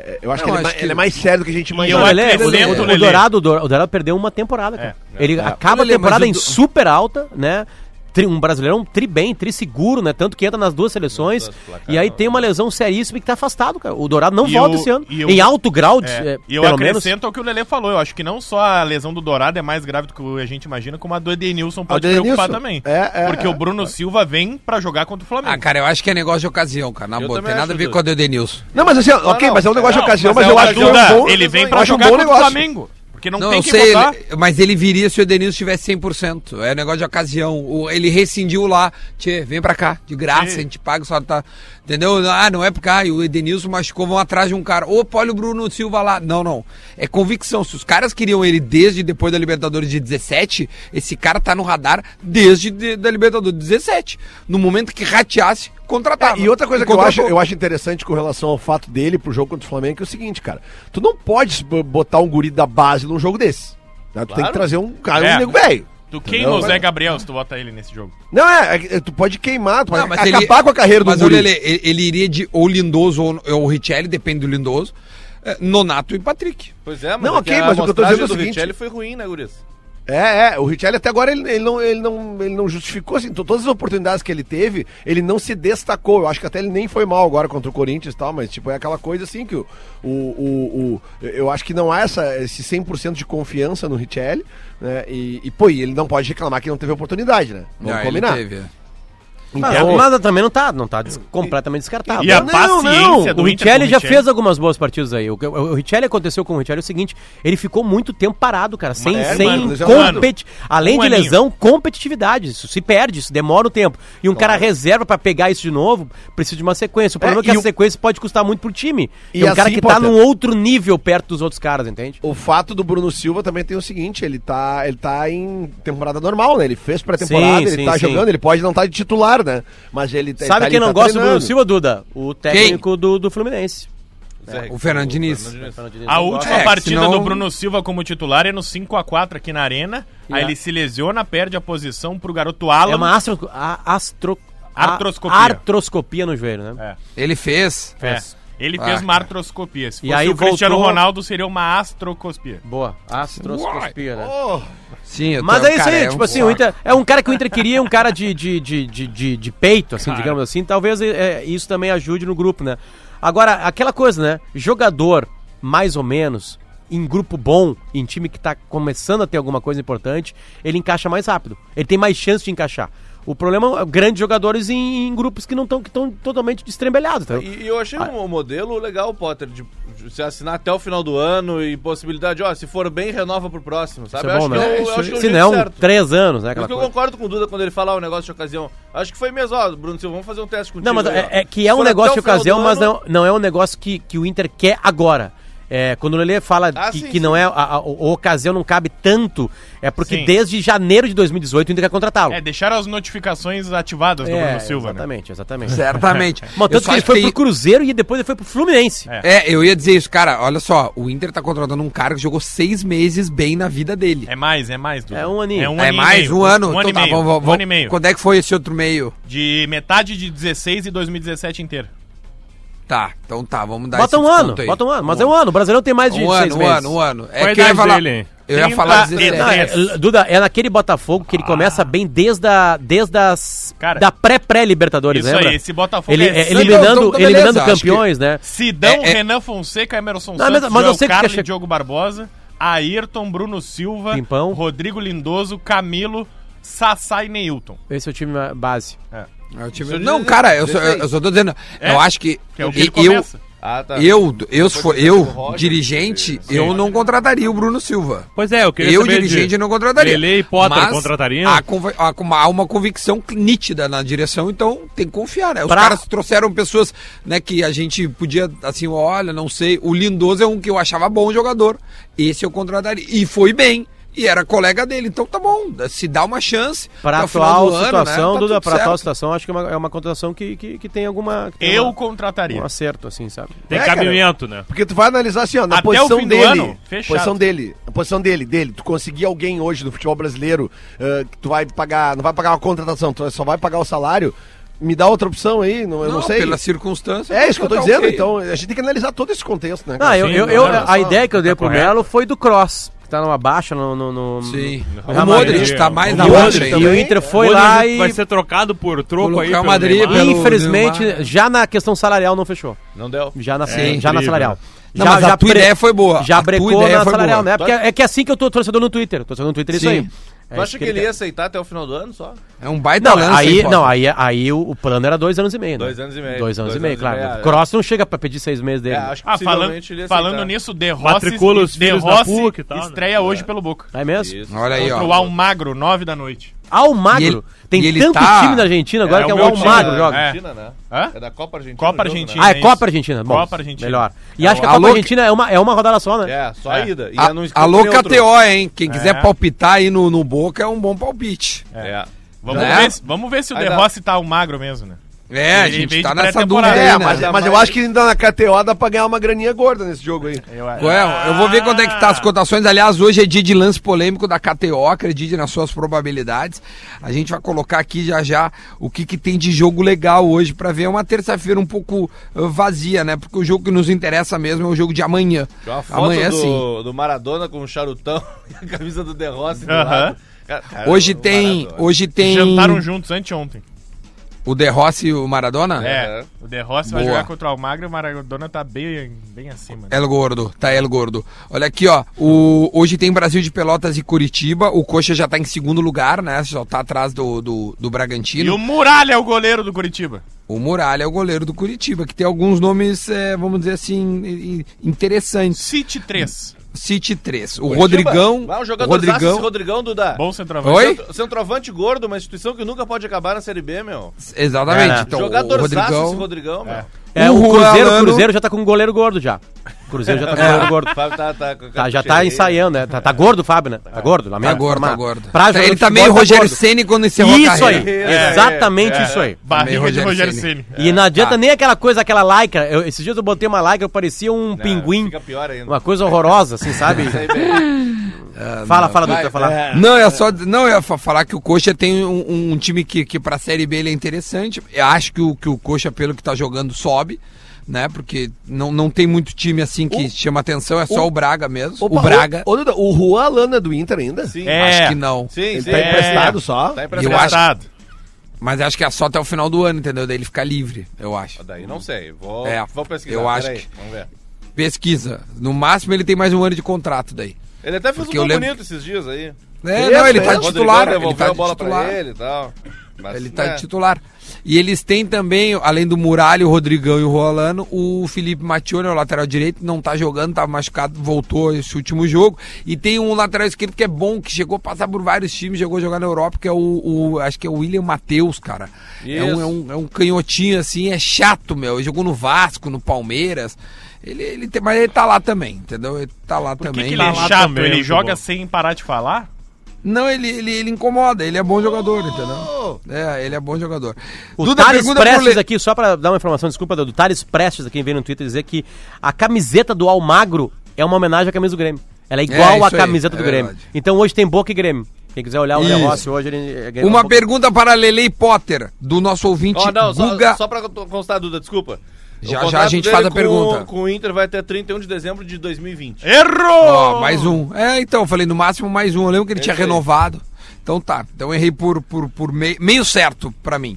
E: é- é- eu acho
A: Não,
E: que, ele, é
A: acho
E: ma-
A: que-
E: ele é mais sério do que a gente
D: eu
E: imagina.
B: Não,
D: acho
B: Lelê,
D: que
B: o,
D: ele
B: o-
D: lembra,
B: o
D: Lelê. É.
B: Dourado, o Dourado o Dourado perdeu uma temporada, cara. Ele acaba
A: É. Lelê,
B: a temporada
A: mas o
B: em
A: do-
B: super alta, né? Tri- Um brasileirão tri bem, tri seguro, né? Tanto que entra nas duas seleções. E aí tem uma lesão seríssima e que tá afastado, cara. O Dourado não
D: E
B: volta
D: eu-
B: esse ano.
D: e eu-
B: em alto grau, de,
D: É,
B: eh,
D: e eu
B: pelo menos.
D: acrescento ao que o Lelê falou. Eu acho que não só a lesão do Dourado é mais grave do que a gente imagina, como a do Edenilson pode
E: do Edenilson.
D: preocupar também.
E: É, é,
D: porque
E: é.
D: o Bruno Silva vem pra jogar contra o Flamengo.
A: Ah, cara, eu acho que é negócio de ocasião, cara. Na
F: Eu
A: boa,
F: também
A: tem nada a
F: acho,
A: ver
F: Dudu.
A: com a do Edenilson.
E: Não, mas assim, ó, ok,
F: não,
E: mas é um negócio
D: Não,
E: de ocasião,
D: mas
E: mas,
D: é
E: eu
D: uma
E: acho que é
D: ajuda.
E: um bom.
D: Ele vem
E: eu
D: pra
E: acho um
D: jogar
E: bom
D: contra o
E: negócio.
D: Flamengo. Porque não,
A: Não,
D: tem que
A: sei,
D: botar.
A: ele- mas ele viria se o Edenilson tivesse 100%. É negócio de ocasião. O- ele rescindiu lá. Tchê, vem pra cá, de graça, a gente paga, só tá. Entendeu? Ah, não é porque ah, e o Edenilson machucou, vão atrás de um cara. Opa, olha o Bruno Silva lá. Não, não. É convicção. Se os caras queriam ele desde depois da Libertadores de 17, esse cara tá no radar desde de- da Libertadores de 17. No momento que rateasse, contratava.
E: É, E outra coisa que eu acho,
A: contratou.
E: eu acho interessante com relação ao fato dele pro jogo contra o Flamengo que é o seguinte, cara. Tu não pode b- botar um guri da base num jogo desse. né? Tu tem que trazer um cara,
D: É.
E: um nego velho.
D: Tu queima
E: Não, né?
D: o Zé
E: mas-
D: Gabriel se tu bota ele nesse jogo.
E: Não, é, é- tu pode queimar, tu
A: Não,
E: pode
A: mas
E: acabar
A: ele-
E: com a carreira do
A: Mas
E: guri.
A: olha, ele, ele- ele iria de ou Lindoso ou, ou Richelli, depende do Lindoso, eh, Nonato e Patrick.
F: Pois é, mas
E: Não,
F: é que
E: ok,
F: a
E: mas o que eu tô
F: amostragem
E: dizendo é o
F: do
E: seguinte-
F: Richelli foi ruim, né, Guris?
E: É, é, o Richelli até agora ele, ele não, ele, não, ele não justificou, assim, to- todas as oportunidades que ele teve, ele não se destacou. Eu acho que até ele nem foi mal agora contra o Corinthians e tal, mas tipo, é aquela coisa assim que o. o, o, o- eu- eu acho que não há essa, esse 100% de confiança no Richelli, né? E, e, pô, e ele não pode reclamar que não teve oportunidade, né? Vamos
A: Ah, ele
E: combinar.
A: teve.
B: Mas,
E: Então-
B: mas também não tá, não tá des- completamente descartado.
D: E a
B: Não,
D: paciência
B: não,
D: do
B: O
D: Inter com
B: Richelli
D: o
B: já
D: Richelli.
B: fez algumas boas partidas aí. O, o, o Richelli aconteceu com o Richelli é o seguinte: ele ficou muito tempo parado, cara, sem,
E: é,
B: sem
E: mano, lesionado.
B: competi Além
D: Um
B: de
D: aninho.
B: lesão, competitividade. Isso se perde, isso demora o tempo. E um cara reserva pra pegar isso de novo, precisa de uma sequência. O problema é,
E: É,
B: que
E: e
B: essa
E: o-
B: sequência pode custar muito pro time.
E: E
B: é um cara
E: assim,
B: que tá
E: Potter-
B: num outro nível perto dos outros caras, entende?
E: O fato do Bruno Silva também tem o seguinte, ele tá, ele tá em temporada normal, né? Ele fez pré-temporada,
B: Sim,
E: ele
B: sim,
E: tá
B: sim.
E: jogando, ele pode não estar de titular, né? Mas ele tá-
B: Sabe
E: ele
B: quem
E: tá
B: não gosta do Bruno
E: treinando.
B: Silva, Duda? O técnico do, do Fluminense. É,
A: O Fernandiniz.
D: A última
A: É, que
D: partida
A: senão-
D: do Bruno Silva como titular é no 5x4 aqui na Arena. Aí
B: Yeah.
D: ele se lesiona, perde a posição pro garoto Alan.
B: É uma astro, a- astro- a-
D: Artroscopia.
B: artroscopia no joelho, né?
D: É.
A: Ele fez.
D: É, Ele fez
A: Ah,
D: uma artroscopia. Se
B: E
D: fosse
B: aí
D: o Cristiano
B: voltou-
D: Ronaldo, seria uma astrocopia.
B: Boa, astroscopia, né?
E: Oh,
A: Sim, eu tô-
B: Mas é isso
A: cara,
B: aí,
A: um
B: tipo assim, o
A: porco.
B: Inter, é um cara que o Inter queria, um cara de, de, de, de, de- de peito, assim, digamos assim. Talvez é, isso também ajude no grupo, né? Agora, aquela coisa, né? Jogador, mais ou menos, em grupo bom, em time que tá começando a ter alguma coisa importante, ele encaixa mais rápido. Ele tem mais chance de encaixar. O problema é grandes jogadores em, em grupos que não estão que tão totalmente destrembelhados. Tá?
F: E, e eu achei um modelo legal, Potter, de, de se assinar até o final do ano e possibilidade, ó, se for bem, renova pro próximo, sabe?
B: Isso é
F: Eu
B: bom,
F: acho
B: né?
F: que é o-
B: É,
F: eu
B: isso
F: acho
B: aí.
F: que é o
B: Se
F: jeito
B: não,
F: certo.
B: três anos, né? Aquela
F: Por isso que eu
B: coisa.
F: concordo com o Duda quando ele fala o negócio de ocasião. Acho que foi mesmo, ó, Bruno Silva, vamos fazer um teste contigo.
B: Não, mas
F: aí, ó.
B: é, é que
F: Se
B: é um
F: for até
B: negócio de
F: o final
B: ocasião,
F: do
B: mas
F: ano-
B: não, não é um negócio que, que o Inter quer agora. É, quando o Lelê fala
F: Ah,
B: que,
F: sim,
B: que não é a, a- o- ocasião não cabe tanto, é porque
D: Sim.
B: desde janeiro de 2018 o Inter quer contratá-lo.
D: É, deixaram as notificações ativadas do Bruno Silva, né?
B: É, exatamente, exatamente.
A: Certamente.
B: Mas
A: É. Eu
B: tanto
A: só
B: que ele
A: acho
B: foi
A: que
B: pro Cruzeiro e depois ele foi pro Fluminense.
D: É.
A: É, eu ia dizer isso, cara. Olha só, o Inter tá contratando um cara que jogou seis meses bem na vida dele.
D: É mais, é mais. Dudu.
B: É um aninho.
D: É,
A: É,
D: aninho e
A: mais
D: meio.
A: um ano.
D: Um
A: Então
D: ano e
A: tá,
D: meio.
A: vamos- vamos-
D: um ano e meio.
A: Quando é que foi esse outro meio?
D: De metade de 16 e 2017 inteiro.
A: Tá, então tá, vamos dar
B: Bota
A: esse
B: um ano,
A: desconto aí.
B: bota um ano. Mas é um ano, o brasileiro tem mais de
A: Um
B: seis
A: ano, um
B: meses.
A: ano, um ano. que
G: Qual a
A: eu ia
G: idade
A: falar.
G: dele, hein?
A: Eu ia
D: 30
A: falar
D: e
B: Não,
A: 17.
B: é,
D: Yes.
B: Duda, é naquele Botafogo
F: Ah.
B: que ele começa bem desde a desde as
D: Cara,
B: da pré-pré-Libertadores,
D: Isso
B: lembra?
D: aí, esse Botafogo
B: ele,
D: é
B: é,
D: sangue.
B: eliminando,
A: Então, então beleza,
B: eliminando
A: acho
B: campeões, né?
D: Sidão,
A: É, é-
D: Renan Fonseca, Emerson
B: Não,
D: Santos,
B: mas- mas eu
D: Joel
B: sei que
D: Carli,
B: quer che-
D: Diogo Barbosa, Ayrton, Bruno Silva,
B: Pimpão.
D: Rodrigo Lindoso, Camilo, Sassá e Neilton.
B: Esse é o time base.
A: É o time-
F: Isso eu
A: Não,
F: disse-
A: cara, eu só, eu,
F: dezesseis.
A: eu só tô dizendo.
D: É,
A: eu acho que.
D: que é o que ele
A: eu,
D: começa.
F: Ah, tá.
A: eu, eu, se for- eu,
F: Roger,
A: dirigente, eu não contrataria o Bruno Silva.
G: Pois é, eu queria
A: eu,
G: saber de-
A: dirigente, não contrataria.
G: Lele e Potter
A: Mas
G: contratariam?
A: Há, conv- há com- há uma convicção nítida na direção, então tem que confiar, né? Os
B: Pra-
A: caras trouxeram pessoas né, que a gente podia, assim, olha, não sei. O Lindoso é um que eu achava bom jogador. Esse eu contrataria. E foi bem. E era colega dele. Então tá bom, se dá uma chance.
B: Para
A: até
B: a
A: o final
B: atual
A: do ano,
B: situação,
A: né, tá
B: Duda,
A: tudo
B: para a atual
A: certo.
B: situação, acho que é uma, é uma contratação que, que, que tem alguma. que tem
D: Eu
B: uma-
D: contrataria.
B: um acerto, assim, sabe?
G: Tem
E: É, cara.
G: cabimento, né?
E: Porque tu vai analisar assim, ó, na
D: Até
E: posição
D: o fim do
E: dele.
D: ano, fechado.
E: posição dele, a posição dele, dele. Tu conseguir alguém hoje do futebol brasileiro eh, que tu vai pagar, não vai pagar uma contratação, tu só vai pagar o salário. Me dá outra opção aí, não, eu não, sei.
A: Pela circunstância.
E: É isso que eu tô
A: tá
E: dizendo,
A: ok.
E: então a gente tem que analisar todo esse contexto, né?
B: Ah,
E: cara?
B: eu,
G: Sim,
B: eu,
G: não,
B: eu-
G: não,
B: a ideia que eu dei
G: tá
B: pro
G: correto.
B: Melo foi do Cross, que tá numa baixa no. no, no-
A: Sim.
B: no
A: O
B: Uhum. Real
A: Modric
B: Madrid.
A: tá mais
G: O
A: na
E: Modric
A: baixa
B: E
A: ainda.
B: o Inter foi
G: Hoje
B: lá
G: ele
B: e.
G: Vai ser trocado por troco
A: Pelo
G: aí
A: Real
G: pelo
A: Madrid,
G: Neymar.
A: pelo-
B: Infelizmente,
A: Neymar.
B: já na questão salarial não fechou.
F: Não deu.
B: Já na,
G: É,
B: já na
G: incrível.
B: salarial.
A: Não,
B: já,
A: mas
B: já
A: a tua
B: pre-
A: ideia foi boa.
B: Já
A: a tua
B: brecou
A: ideia
B: na
A: foi
B: salarial,
A: boa.
B: né? Porque é que é assim que eu tô torcedor no Twitter. Torcedor no Twitter é isso
A: Sim.
B: aí. É
F: Tu
B: isso
F: acha que ele
B: quer.
F: ia aceitar até o final do ano só?
A: É um baita
B: Não,
A: lance,
B: aí,
A: hein,
B: não
A: Potter?
B: aí, aí o, o plano era dois anos e meio. né?
F: Dois anos e meio.
B: Dois anos
F: Dois
B: e meio,
F: anos e
B: claro.
F: meio, é.
B: Cross não chega pra pedir seis meses dele.
F: É, acho que
D: Ah, falando,
F: possivelmente ele ia aceitar.
D: falando nisso, De Rossi,
G: Matricula os
D: De
G: filhos na
D: Rossi
G: PUC e tal, né?
D: estreia hoje pelo Boca.
B: É mesmo?
F: Isso.
A: Olha aí,
D: Contra
A: ó.
D: o Almagro, 9 da noite.
B: Almagro.
A: E ele-
B: Tem
A: e ele
B: tanto
A: tá-
B: time na Argentina agora
D: É,
B: que é
D: o
B: o
D: meu
B: Almagro
D: time,
B: joga.
D: é.
F: Argentina, né?
D: Hã?
F: É da Copa Argentina.
D: Copa
F: o jogo, né?
D: Argentina.
B: Ah, é
D: isso.
B: Copa Argentina. Bom,
D: Copa Argentina.
B: Melhor. E
F: É,
B: acho que a
A: alô,
B: Copa Argentina é uma, é uma rodada só, né?
F: É, só
D: É.
F: a ida. E
A: A-
F: é num esquema
A: Alô,
F: neutro.
A: KTO, hein? Quem quiser
D: É.
A: palpitar aí no, no Boca é um bom palpite.
F: É.
D: Vamos,
A: Né?
D: ver, se- vamos ver se o
F: Aí
D: De
F: dá-
D: Rossi tá Almagro mesmo, né?
A: É, a
D: Ele
A: gente
D: vem
A: tá
D: de
A: nessa dúvida
D: pré-temporada.
A: aí,
E: É,
A: né?
E: mas, mas eu acho que ainda na KTO dá pra ganhar uma graninha gorda nesse jogo aí.
A: É,
D: Eu,
A: Well, eu vou ver quanto é que tá as cotações. Aliás, hoje é dia de lance polêmico da KTO, acredite nas suas probabilidades. A gente vai colocar aqui já já o que, que tem de jogo legal hoje pra ver. É uma terça-feira um pouco eh, vazia, né? Porque o jogo que nos interessa mesmo é o jogo de amanhã.
F: Tinha uma foto
A: Amanhã é assim.
F: do,
A: sim.
F: do Maradona com o charutão e a camisa do De Rossi do
D: Aham.
F: lado. Cara, cara,
A: Hoje
F: o
A: tem,
F: Maradona.
A: hoje tem
D: Jantaram juntos anteontem.
A: o De Rossi e o Maradona?
D: É. O De Rossi vai
A: Boa.
D: jogar contra o Almagro e o Maradona tá bem, bem acima. né?
A: El Gordo, tá El Gordo. Olha aqui, ó. O, hoje tem Brasil de Pelotas e Curitiba. O Coxa já tá em segundo lugar, né? Só tá atrás do, do, do Bragantino.
D: E o Muralha é o goleiro do Curitiba.
A: O Muralha é o goleiro do Curitiba, que tem alguns nomes, eh, vamos dizer assim, i- i- interessantes.
D: City 3.
A: City 3. O
F: Curitiba.
A: Rodrigão.
F: Vai um
A: o
F: jogador Rodrigão.
A: Rodrigão.
F: Rodrigão Duda.
D: Bom centroavante.
A: Oi?
F: Centro- Centroavante gordo, uma instituição que nunca pode acabar na Série B, meu.
A: Exatamente.
F: né?
B: É.
A: Então, o
F: Jogadorzaço esse
A: Rodrigão.
F: Rodrigão, meu.
B: É,
A: O
B: o,
A: Juan
B: Cruzeiro, o
A: Lano-
B: Cruzeiro já tá com um goleiro gordo já. O Cruzeiro já tá com um
A: É.
B: goleiro gordo.
F: Fábio tá, tá, com a
B: Tá,
F: cara
B: já tá
F: cheia.
B: ensaiando, né? Tá, tá gordo, Fábio, né? Tá gordo, lamento.
A: Tá gordo, tá
B: informar.
A: gordo.
B: Pra
A: Tá,
B: jogar
A: ele
B: no
A: tá
B: futebol,
A: meio Rogério
B: gordo.
A: Ceni quando encerrou a
B: Isso
A: carreira.
B: aí,
F: É,
B: exatamente
F: é,
B: isso aí.
D: Barriga
A: Também
D: de
A: Rogério
D: Rogério
A: Ceni.
D: Ceni.
B: E não adianta
A: tá.
B: nem aquela coisa, aquela lycra. Eu- esses dias eu botei uma lycra, eu parecia um
F: Não,
B: pinguim.
F: É, Fica pior ainda.
B: Uma coisa horrorosa, assim, sabe?
F: Isso aí, velho.
A: É,
B: fala, fala, Dudu,
A: Vai,
B: vai falar.
A: Não, é só. Não, eu ia fa- falar que o Coxa tem um, um time que, que pra Série B ele é interessante. Eu acho que o, que o Coxa, pelo que tá jogando, sobe. Né? Porque não, não tem muito time assim que chama atenção, é só o, Braga mesmo. o Braga.
E: Ô, Duda, o Juan Lana é do Inter ainda?
F: Sim.
D: É.
A: Acho que não.
F: Sim,
E: Ele
F: sim.
E: tá
F: é.
E: emprestado só?
F: Tá
A: Eu
F: emprestado.
A: acho-
D: Emprestado.
A: Mas acho que é só até o final do ano, entendeu? Daí ele fica livre, eu acho.
F: Daí não sei. Vou,
A: É,
F: vou pesquisar.
A: eu acho
F: peraí,
A: que-
F: Vamos ver.
A: Pesquisa. No máximo ele tem mais um ano de contrato daí.
F: Ele até fez
A: Porque
F: um
A: eu
F: gol
A: lembro-
F: bonito esses dias aí.
A: É,
E: Isso,
A: não, ele tá
E: é.
A: de
F: Rodrigão
A: titular. Ele
F: devolveu
A: tá
F: né? a
A: de
F: bola
A: titular.
F: pra ele e tal. Mas,
A: Ele tá
F: né,
A: de titular. E eles têm também, além do Muralha, o Rodrigão e o Rolano, o Felipe Matione, o lateral direito, não tá jogando, tá machucado, voltou esse último jogo. E tem um lateral esquerdo que é bom, que chegou a passar por vários times, chegou a jogar na Europa, que é o, o- acho que é o William Matheus, cara. É um,
F: Isso.
A: é, um, é um canhotinho assim, é chato, meu. Ele jogou no Vasco, no Palmeiras. Ele, ele tem, mas ele tá lá também, entendeu? Ele tá lá
D: Por que,
A: também.
D: que ele é
G: lá
D: chato?
G: também,
D: Ele
G: muito
D: joga
G: bom.
D: sem parar de falar?
A: Não, ele, ele, ele incomoda, ele é bom jogador, entendeu? É, ele é bom jogador.
B: Oh! O
A: Duda,
B: Thales
A: pergunta pro
B: Prestes
A: Le-
B: aqui, só pra dar uma informação, desculpa, do Thales Prestes aqui, veio no Twitter dizer que a camiseta do Almagro é uma homenagem à camisa do Grêmio. Ela é
A: É,
B: igual
A: isso
B: à
A: aí,
B: camiseta
A: é
B: do Grêmio.
A: verdade.
B: Então hoje tem Boca e Grêmio. Quem quiser olhar o
A: Isso.
B: negócio hoje, ele é Grêmio.
A: Uma
B: Boca.
A: pergunta para Lelei Potter, do nosso ouvinte
F: Ó, não, só,
A: Guga.
F: só pra constar, Duda, desculpa.
A: Já,
F: O
A: já
F: contrato
A: a gente
F: dele
A: faz a
F: com-
A: pergunta.
F: Com o Inter vai até 31 de dezembro de 2020.
D: Errou!
A: Ó,
E: Oh.
A: mais um. É, então, falei no máximo mais um. Eu lembro que ele
E: É
A: tinha renovado. Então tá, então eu errei por, por, por mei- meio certo pra mim.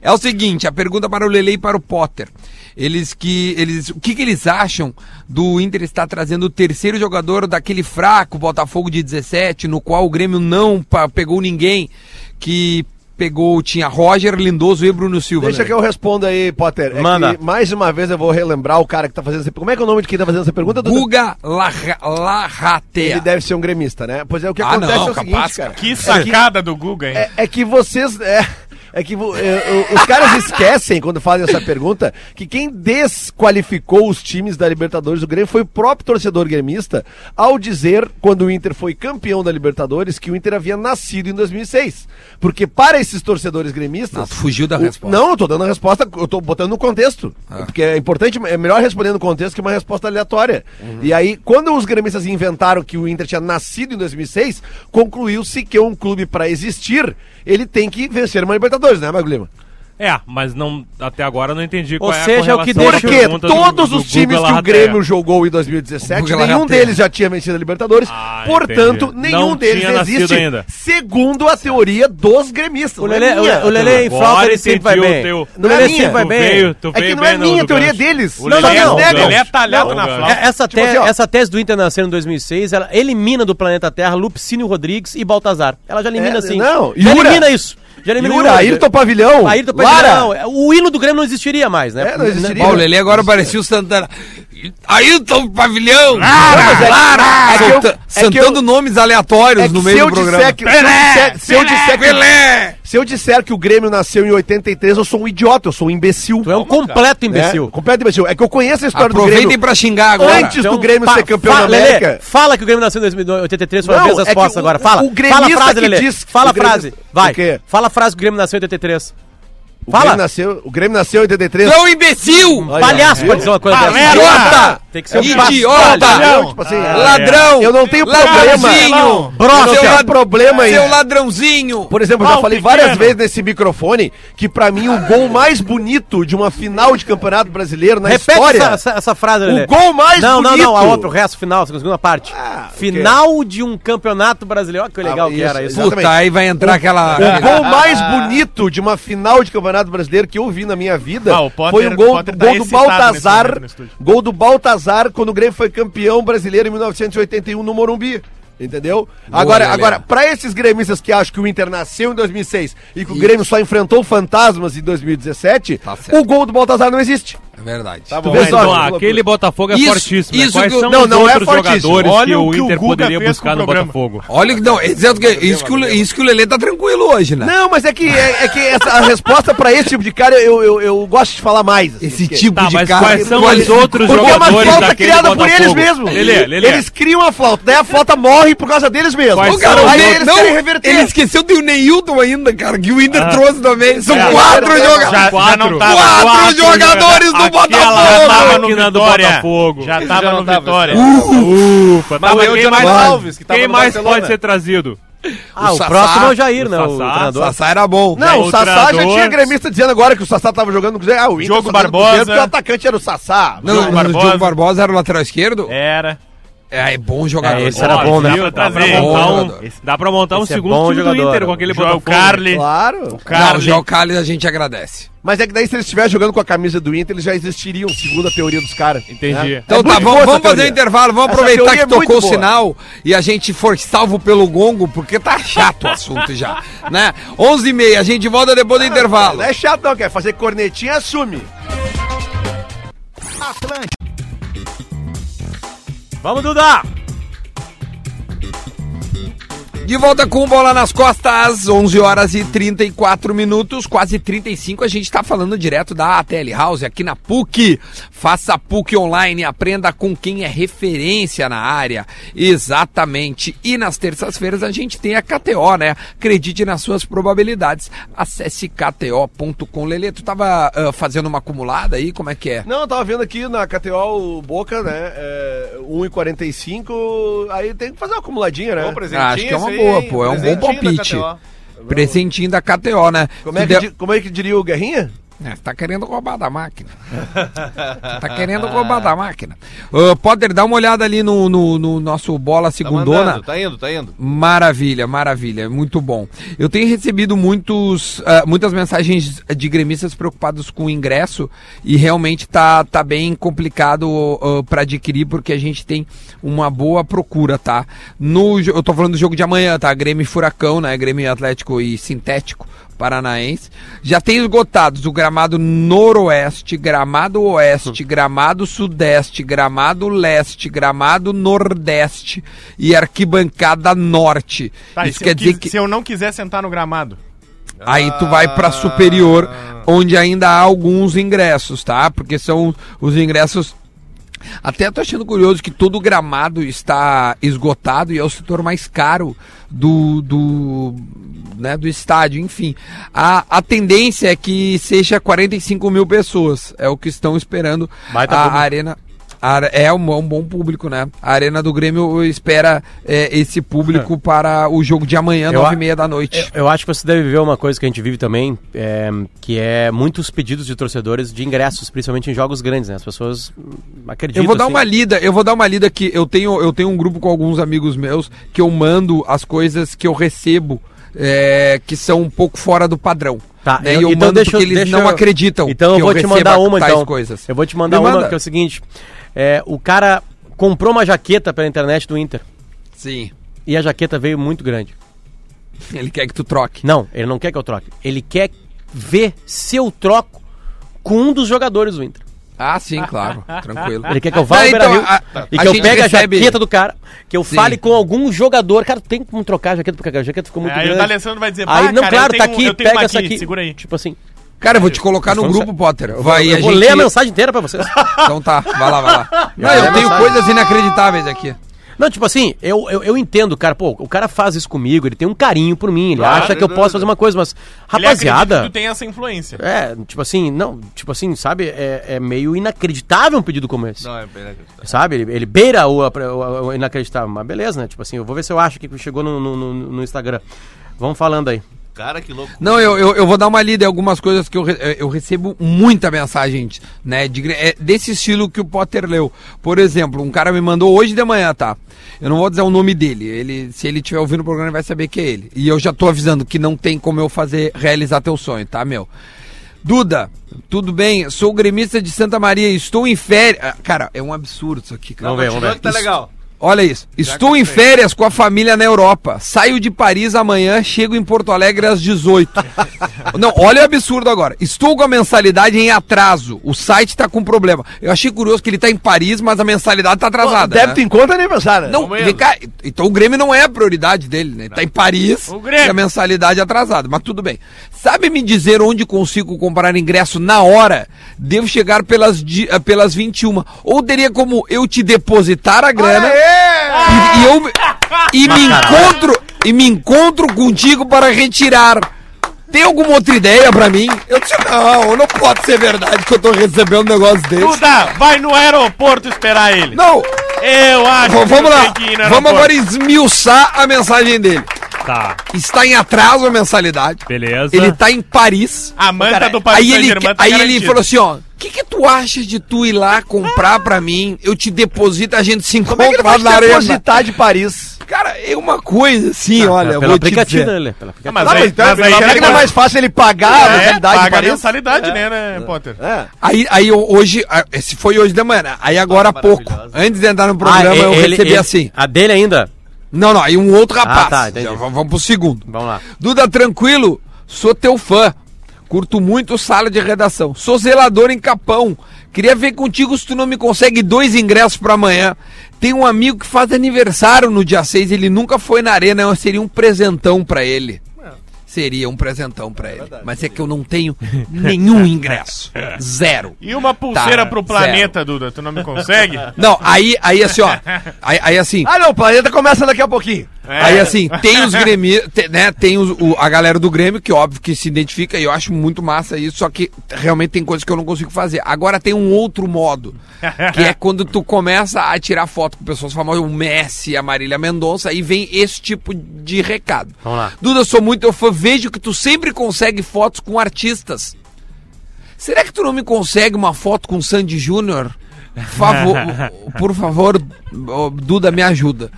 A: É o seguinte, a pergunta para o Lelei e para o Potter. Eles que eles, o que, que eles acham do Inter estar trazendo o terceiro jogador daquele fraco Botafogo de 17, no qual o Grêmio não pa- pegou ninguém, que pegou tinha Roger Lindoso e Bruno Silva. né?
E: Deixa
F: né?
A: Lelei.
E: que eu respondo aí, Potter. É que,
B: Manda.
E: mais uma vez eu vou relembrar o cara que tá fazendo essa pergunta. Como é que é o nome de quem tá fazendo essa pergunta? Duda?
A: Guga Larra- Larratea.
E: Ele deve ser um gremista, né? Pois é, o que
A: É. Ah,
E: acontece
A: não,
E: é o seguinte,
A: capaz,
E: cara.
D: Que sacada do Guga, hein?
E: É, é que vocês. É, é que vo- é, o- os caras esquecem, quando fazem essa pergunta, que quem desqualificou os times da Libertadores do Grêmio foi o próprio torcedor gremista ao dizer, quando o Inter foi campeão da Libertadores, que o Inter havia nascido em 2006. Porque para esses torcedores gremistas.
A: Não, tu fugiu da
E: o-
A: resposta.
E: Não, eu tô dando a resposta, eu tô botando no contexto.
A: Ah.
E: Porque é importante, é melhor responder no contexto que uma resposta aleatória.
G: Uhum.
E: E aí, quando os gremistas inventaram que o Inter tinha nascido em 2006, concluiu-se que um clube, para existir, ele tem que vencer uma Libertadores, né, Mago Lima?
G: É, mas não, até agora eu não entendi qual
B: Ou
G: é a
B: seja, o
G: correlação
B: que
G: da
B: deixa-
E: Porque
G: pergunta do-
E: todos
G: do
E: os
G: Guga
E: times que o
G: Larratea.
E: Grêmio jogou em 2017,
A: Guga
E: nenhum
A: Larratea.
E: deles já tinha vencido a Libertadores.
G: Ah,
E: portanto,
G: entendi.
E: nenhum
G: Não
E: deles
G: tinha nascido
E: existe,
G: ainda.
E: segundo a teoria dos gremistas.
B: O
E: não é
B: Lelê,
E: minha.
B: o, o Lelê em
G: Agora
B: flauta, ele sempre vai
G: entendi o
B: bem.
G: teu-
B: O Lelê
E: Não é
B: sempre
E: minha.
B: vai
G: Tu
B: bem.
G: veio, tu
E: É que
G: veio
E: não é
G: bem no-
E: minha, a
G: no
E: teoria é
G: gancho.
E: deles.
G: O
E: Não,
G: Lelê,
E: não,
G: é-
E: não. tá
G: o Lelê é
D: Não.
G: talhado na
D: Não,
G: flauta.
B: É, essa,
E: Tipo
B: te-
E: assim, ó.
B: essa tese do Inter nascer em 2006, ela elimina do planeta Terra Lupicínio Rodrigues e Baltazar. Ela já elimina
E: É,
B: assim.
E: não,
B: já
E: Yura.
B: elimina isso. Já elimina
E: Yura, Ayrton Pavilhão,
B: Ayrton
E: Lara.
A: é
B: Pavilhão. O hino do Grêmio não existiria mais, né?
E: É, não existiria.
A: Bom, o Lelê agora parecia o Santana. Ailton Pavilhão!
E: Não, mas é-
A: Lara!
E: é que eu-
A: Solta-
E: é que eu-
A: Santando nomes aleatórios
E: É que
A: no
E: se
A: meio
E: eu
A: do programa.
E: disser que- se eu disser- se eu disser que-
A: Pelé!
E: Se eu disser que o Grêmio nasceu em 83, eu sou um idiota, eu sou um imbecil.
B: Tu é um completo
E: né?
B: imbecil.
E: Completo imbecil. É que eu conheço a história do
A: Aproveitem
E: Grêmio.
A: pra xingar agora.
E: Antes do Grêmio ser campeão
B: Então, fala,
E: da
B: Lelê,
E: América.
B: fala que o Grêmio nasceu em 2083, foi uma
E: Não,
B: vez
E: é que
B: as costas
E: o-
B: agora. Fala.
E: o gremista
B: fala a frase,
E: que
B: Lelê.
E: diz-
B: Fala
E: o
B: a frase.
E: gremista-
B: Vai.
E: o quê?
B: Fala a frase que o Grêmio nasceu em 83.
E: O
B: Fala.
E: Grêmio nasceu, o Grêmio nasceu em 83.
A: Não, imbecil!
E: Olha,
B: Um Palhaço
E: viu?
B: pode dizer uma coisa
D: Palhaço!
B: dessa.
A: Idiota!
B: Tem que ser um
A: Idiota!
E: Não, tipo assim,
A: Ladrão!
E: Eu não tenho
A: Ladrãozinho!
E: problema. Eu não
A: Seu
E: tenho
A: lad-
E: problema aí.
A: Seu ladrãozinho!
E: Por exemplo, eu já
G: Pau
E: falei
G: pequeno.
E: várias vezes nesse microfone que pra mim o gol mais bonito de uma final de campeonato brasileiro na
B: Repete
E: história.
B: essa, essa- essa frase, Lelê.
E: O gol mais
B: Não, não,
E: bonito.
B: não, a outra, o resto, final, a segunda parte.
E: Ah, o quê?
B: final de um campeonato brasileiro. Olha que legal
E: Ah,
B: que era isso.
E: isso, exatamente.
A: Puta, aí vai entrar aquela.
D: Ah.
E: O gol mais bonito de uma final de campeonato brasileiro que eu vi na minha vida
D: Ah, o Potter-
E: foi um gol,
D: o Potter tá
E: gol do
D: excitado nesse
E: Baltazar.
D: momento no estúdio.
E: Gol do Baltazar quando o Grêmio foi campeão brasileiro em 1981 no Morumbi. Entendeu? agora,
A: galera.
E: agora, para esses gremistas que acham que o Inter nasceu em 2006 e que o Grêmio só enfrentou fantasmas em 2017,
A: Tá certo.
E: o gol do Baltazar não existe.
A: É verdade.
E: Tá
G: Mas, ó,
E: Loucura.
G: aquele Botafogo é
A: Isso-
G: fortíssimo. né?
A: isso
G: Quais
A: que eu-
G: são
E: Não,
G: os
E: não é
G: outros
E: fortíssimo.
G: jogadores que
D: Olha
G: o
D: o que o
G: Inter
D: Guga
G: poderia
D: fez
G: buscar
D: com o
G: no
D: programa.
G: Botafogo?
A: Olha que não, isso, que, isso, que o, isso que o Lelê tá tranquilo hoje, né?
E: Não, mas é que, é, é que essa, a resposta pra esse tipo de cara eu, eu, eu gosto de falar mais. assim,
A: Esse
E: porque-
A: tipo
G: Tá,
A: de
G: mas
A: cara.
G: quais são
A: Olha,
G: os outros
E: Porque é uma
G: jogadores
E: flauta
G: daquele
E: criada
G: Botafogo?
E: por eles mesmos.
G: Lelê, Lelê.
E: Eles criam a flauta, daí a flauta morre por causa deles mesmos.
G: Quais
A: O cara,
G: são
A: o
E: aí
A: Ne-
E: eles
A: não,
E: querem reverter.
A: ele esqueceu do Neilton ainda, cara, que o Inter trouxe também. São
G: É,
A: quatro
E: é,
A: jogadores.
D: Já, já
G: Quatro.
D: não tava.
A: Quatro jogadores do
D: Aquela
A: Botafogo.
D: Já tava no
G: Máquina do
D: Vitória.
G: Botafogo.
D: Já
F: Ele
D: tava
F: já
D: no
F: não tava,
D: Vitória.
F: esse
G: Ufa, tá, mas
F: eu,
G: quem
F: Jonathan
G: mais,
F: Alves, que tava
G: quem
F: no
G: mais
F: Barcelona.
G: pode ser trazido?
B: Ah,
A: O
B: o,
A: Sassá,
B: próximo é o Jair,
G: o
B: né? O
G: Sassá,
B: treinador.
A: Sassá era bom.
E: Não, o
G: o
E: Sassá já
G: treinador-
E: tinha gremista dizendo agora que o Sassá tava jogando no Cruzeiro. Ah, o Inter
D: Diogo
E: só tava no
D: Barbosa.
E: Cruzeiro porque o atacante era o Sassá.
A: Não, mas o
D: Diogo Barbosa.
A: Diogo Barbosa era o lateral esquerdo? É,
D: Era.
A: é bom jogador.
B: É, esse era
G: Ó,
B: bom, né?
G: Dá pra,
D: Dá pra
G: trazer,
A: bom
G: montar um-
A: jogador.
G: dá pra montar um
B: Esse é
G: segundo
B: bom
G: time do
B: jogador.
G: Inter com aquele
D: Joel
G: Botafogo.
D: Carli.
E: Claro.
A: Não, o
D: Carli.
A: João Carlos a gente agradece.
E: Mas é que daí se eles estivessem jogando com a camisa do Inter, eles já existiriam, segundo a teoria dos caras.
G: Entendi.
E: né?
A: Então
E: É
A: tá,
E: muito
A: vamos,
E: boa essa
A: vamos fazer um
E: teoria.
A: intervalo, vamos
E: Essa
A: aproveitar
E: teoria
A: que
E: é muito
A: tocou o
E: boa.
A: sinal e a gente for salvo pelo gongo, porque tá chato o assunto já, né? 11h30, a gente volta depois do intervalo.
E: Não é chato não, quer fazer cornetinha, assume.
B: Vamos, Duda!
A: De volta com bola nas costas, 11 horas e 34 minutos, quase 35. A gente está falando direto da ATL House aqui na PUC. Faça PUC online, aprenda com quem é referência na área. Exatamente. E nas terças-feiras a gente tem a KTO, né? Acredite nas suas probabilidades. Acesse kto.com. Lelê, tu tava ah, fazendo uma acumulada aí? Como é que é?
E: Não, eu tava vendo aqui na KTO o Boca, né? É, 1,45. Aí tem que fazer uma acumuladinha, né?
F: Ô, presentinho
A: acho que é uma
F: esse
A: boa,
F: hein?
A: pô, é um bom
F: Presentinho da
A: palpite.
F: KTO.
A: Presentinho da KTO, né?
E: Como é,
A: Tu
E: que,
A: deu-
E: di- como é que diria o Guerrinha?
A: É, tá querendo roubar da máquina. tá querendo roubar da máquina. Ô, Potter, dá uma olhada ali no, no- no nosso Bola
F: Tá
A: Segundona.
F: mandando, tá indo, tá indo.
A: Maravilha, maravilha, muito bom. Eu tenho recebido muitos, ah, muitas mensagens de gremistas preocupados com o ingresso e realmente tá, tá bem complicado para adquirir porque a gente tem uma boa procura, tá? No, jo- eu tô falando do jogo de amanhã, tá? Grêmio e Furacão, né? Grêmio e Atlético e Sintético Paranaense. Já tem esgotados o gramado noroeste, gramado oeste, gramado sudeste, gramado leste, gramado nordeste e arquibancada norte.
D: Tá, e
A: Isso
D: se,
A: quer
D: eu
A: dizer
D: quis-
A: que
D: se eu não quiser sentar no gramado.
A: aí tu vai
B: Ah.
A: pra superior, onde ainda há alguns ingressos, tá? Porque são os ingressos até tô achando curioso que todo o gramado está esgotado e é o setor mais caro do, do, né, do estádio. Enfim, a, a tendência é que seja 45 mil pessoas. É o que estão esperando
B: Baita
A: a,
B: público.
A: arena. a are- é um, é um bom público, né? A Arena do Grêmio espera é, esse público para o jogo de amanhã,
B: Hum. Eu a- É,
A: nove e meia da noite.
B: Eu, eu acho que você deve ver uma coisa que a gente vive também, é, que é muitos pedidos de torcedores de ingressos, principalmente em jogos grandes, né? As pessoas hum, acreditam.
A: Eu vou dar
B: assim.
A: uma lida, eu vou dar uma lida que eu tenho, eu tenho um grupo com alguns amigos meus que eu mando as coisas que eu recebo é, que são um pouco fora do padrão.
B: Tá,
A: né?
B: eu-
A: e eu
B: então
A: mando
B: deixa eu-
A: porque eles
B: deixa
A: não
B: eu-
A: acreditam.
B: Então
A: que
B: eu vou te
A: receba
B: mandar uma
A: tais
B: então.
A: coisas.
B: Eu vou te mandar
A: Me
B: uma
A: manda.
B: que é o seguinte, é, o cara comprou uma jaqueta pela internet do Inter
A: Sim.
B: e a jaqueta veio muito grande.
A: Ele quer que tu troque.
B: Não, ele não quer que eu troque. Ele quer ver se eu troco com um dos jogadores do Inter.
A: Ah, sim, claro. tranquilo.
D: Ah,
B: Ele quer que eu vá ao
D: então,
A: Não,
B: Beira-Rio
A: a-
B: e
A: a
B: que eu
A: gente
B: pegue
A: recebe-
B: a jaqueta do cara, que eu
A: Sim.
B: fale com algum jogador. Cara, tem como trocar a jaqueta, porque a jaqueta ficou muito
D: É, aí o
B: grande.
D: D'Alessandro vai dizer,
B: Aí,
D: "Bah,
B: não,
D: "Ah, cara,
B: claro,
D: eu
B: tá
D: tenho- um,
B: aqui,
D: eu tenho
B: pega
D: uma
B: essa
D: aqui,
B: aqui.
D: segura aí.
B: Tipo assim,
A: Cara, eu vou te colocar no
B: Vamos
A: grupo,
B: ser-
A: Potter. Vai,
B: eu
A: a
B: vou
A: gente...
B: ler a mensagem inteira pra vocês.
A: Então tá, vai lá, vai lá. Não, eu tenho coisas inacreditáveis aqui.
B: Não, tipo assim, eu, eu, eu entendo, cara, pô, o cara faz isso comigo, ele tem um carinho por mim, ele
F: Claro,
B: acha que eu posso fazer uma coisa, mas,
D: Ele acredita
B: rapaziada...
D: que tu tem essa influência.
B: É, tipo assim, não, tipo assim, sabe, é, é meio inacreditável um pedido como esse.
F: Não, é bem inacreditável.
B: Sabe? Ele, ele beira o, apre- o- o inacreditável, mas beleza, né? Tipo assim, eu vou ver se eu acho o que que chegou no, no, no- no Instagram. Vamos falando aí.
F: Cara, que louco.
A: Não, eu, eu, eu vou dar uma lida em algumas coisas que eu, re- eh, eu recebo muita mensagem, né? de gre- é desse estilo que o Potter leu. Por exemplo, um cara me mandou hoje de manhã, tá? Eu não vou dizer o nome dele. Ele, se ele estiver ouvindo o programa, ele vai saber que é ele. E eu já tô avisando que não tem como eu fazer realizar teu sonho, tá, meu? Duda, tudo bem? Sou gremista de Santa Maria, e estou em férias. Ah, Cara, é um absurdo isso aqui, cara.
B: Vamos ver, vamos ver.
F: Continua que tá legal.
A: Olha isso. Estou em férias com a família na Europa. Saio de Paris amanhã, chego em Porto Alegre às 18. Não, olha o absurdo agora. Estou com a mensalidade em atraso. O site tá com problema. Eu achei curioso que ele tá em Paris, mas a mensalidade tá atrasada. né?
E: Débito em conta nem pensar, né?
A: Não,
F: Vamos
A: vem cá, então o Grêmio não é a prioridade dele, né? Ele tá em Paris
D: O Grêmio.
A: e a mensalidade é atrasada, mas tudo bem. Sabe me dizer onde consigo comprar ingresso na hora? Devo chegar pelas, di- eh, pelas 21. Ou teria como eu te depositar a grana e, e eu me- e me encontro e me encontro contigo para retirar. Tem alguma outra ideia pra mim? Eu disse, não, não pode ser verdade que eu tô recebendo um negócio desse.
D: Duda, vai no aeroporto esperar ele.
A: Não,
D: Eu acho
A: v- vamos
D: tu
A: lá.
D: tem que ir né, no
A: Vamos agora
D: aeroporto.
A: esmiuçar a mensagem dele.
G: Tá,
A: está em atraso a mensalidade.
G: beleza.
B: É,
A: Ele tá em Paris.
D: A manta do Paris
A: Aí ele,
D: Saint-Germain tá
A: aí ele
D: garantida.
A: falou assim, ó, o que, que tu acha de tu ir lá comprar pra mim? Eu te deposito, a gente se
E: Como
A: encontra
E: é que ele
A: lá
E: pode
A: na arena.
E: depositar de Paris?
A: Cara, é uma coisa assim, olha, eu
B: pelo
A: vou te
B: aplicativo, né,
A: dizer.
B: Lelê? Pelo
D: Ah,
B: aplicativo.
D: mas,
E: Tá,
D: aí,
E: mas então,
D: mas aí
E: será
D: ele
E: que não
A: um-
E: é mais fácil ele pagar a
D: é,
E: mensalidade de
D: paga a
E: Paris?
D: mensalidade, né, né, Potter?
E: É.
A: Aí, aí hoje, ah, esse foi hoje da manhã, né? aí agora há pouco,
F: maravilhosa.
A: antes de entrar no programa,
B: Ah,
A: eu
B: ele-
A: recebi
B: ele-
A: assim.
B: A dele ainda?
A: Não, não, aí um outro rapaz.
B: tá, entendi.
A: Já v- vamos pro segundo.
B: Vamos lá.
A: Duda, tranquilo, sou teu fã. Curto muito sala de redação. Sou zelador em Capão. Queria ver contigo se tu não me consegue dois ingressos pra amanhã. Tem um amigo que faz aniversário no dia 6, ele nunca foi na arena, eu seria um presentão pra ele. Seria um presentão pra ele. Mas é que eu não tenho nenhum ingresso. Zero.
D: E uma pulseira
A: Tá,
D: pro planeta, Duda, tu não me consegue?
A: Não, aí, aí assim, ó. Aí, aí assim.
E: Ah, não, o planeta começa daqui a pouquinho.
D: É.
A: Aí assim, tem os gremistas, né? Tem os- o- a galera do Grêmio, que óbvio que se identifica, e eu acho muito massa isso, só que realmente tem coisas que eu não consigo fazer. Agora tem um outro modo, que é quando tu começa a tirar foto com pessoas famosas, o Messi, a Marília Mendonça, aí vem esse tipo de recado.
B: Vamos lá.
A: Duda, eu sou muito eu fã, vejo que tu sempre consegue fotos com artistas. Será que tu não me consegue uma foto com o Sandy Júnior? Favor, por favor, ô, Duda, me ajuda.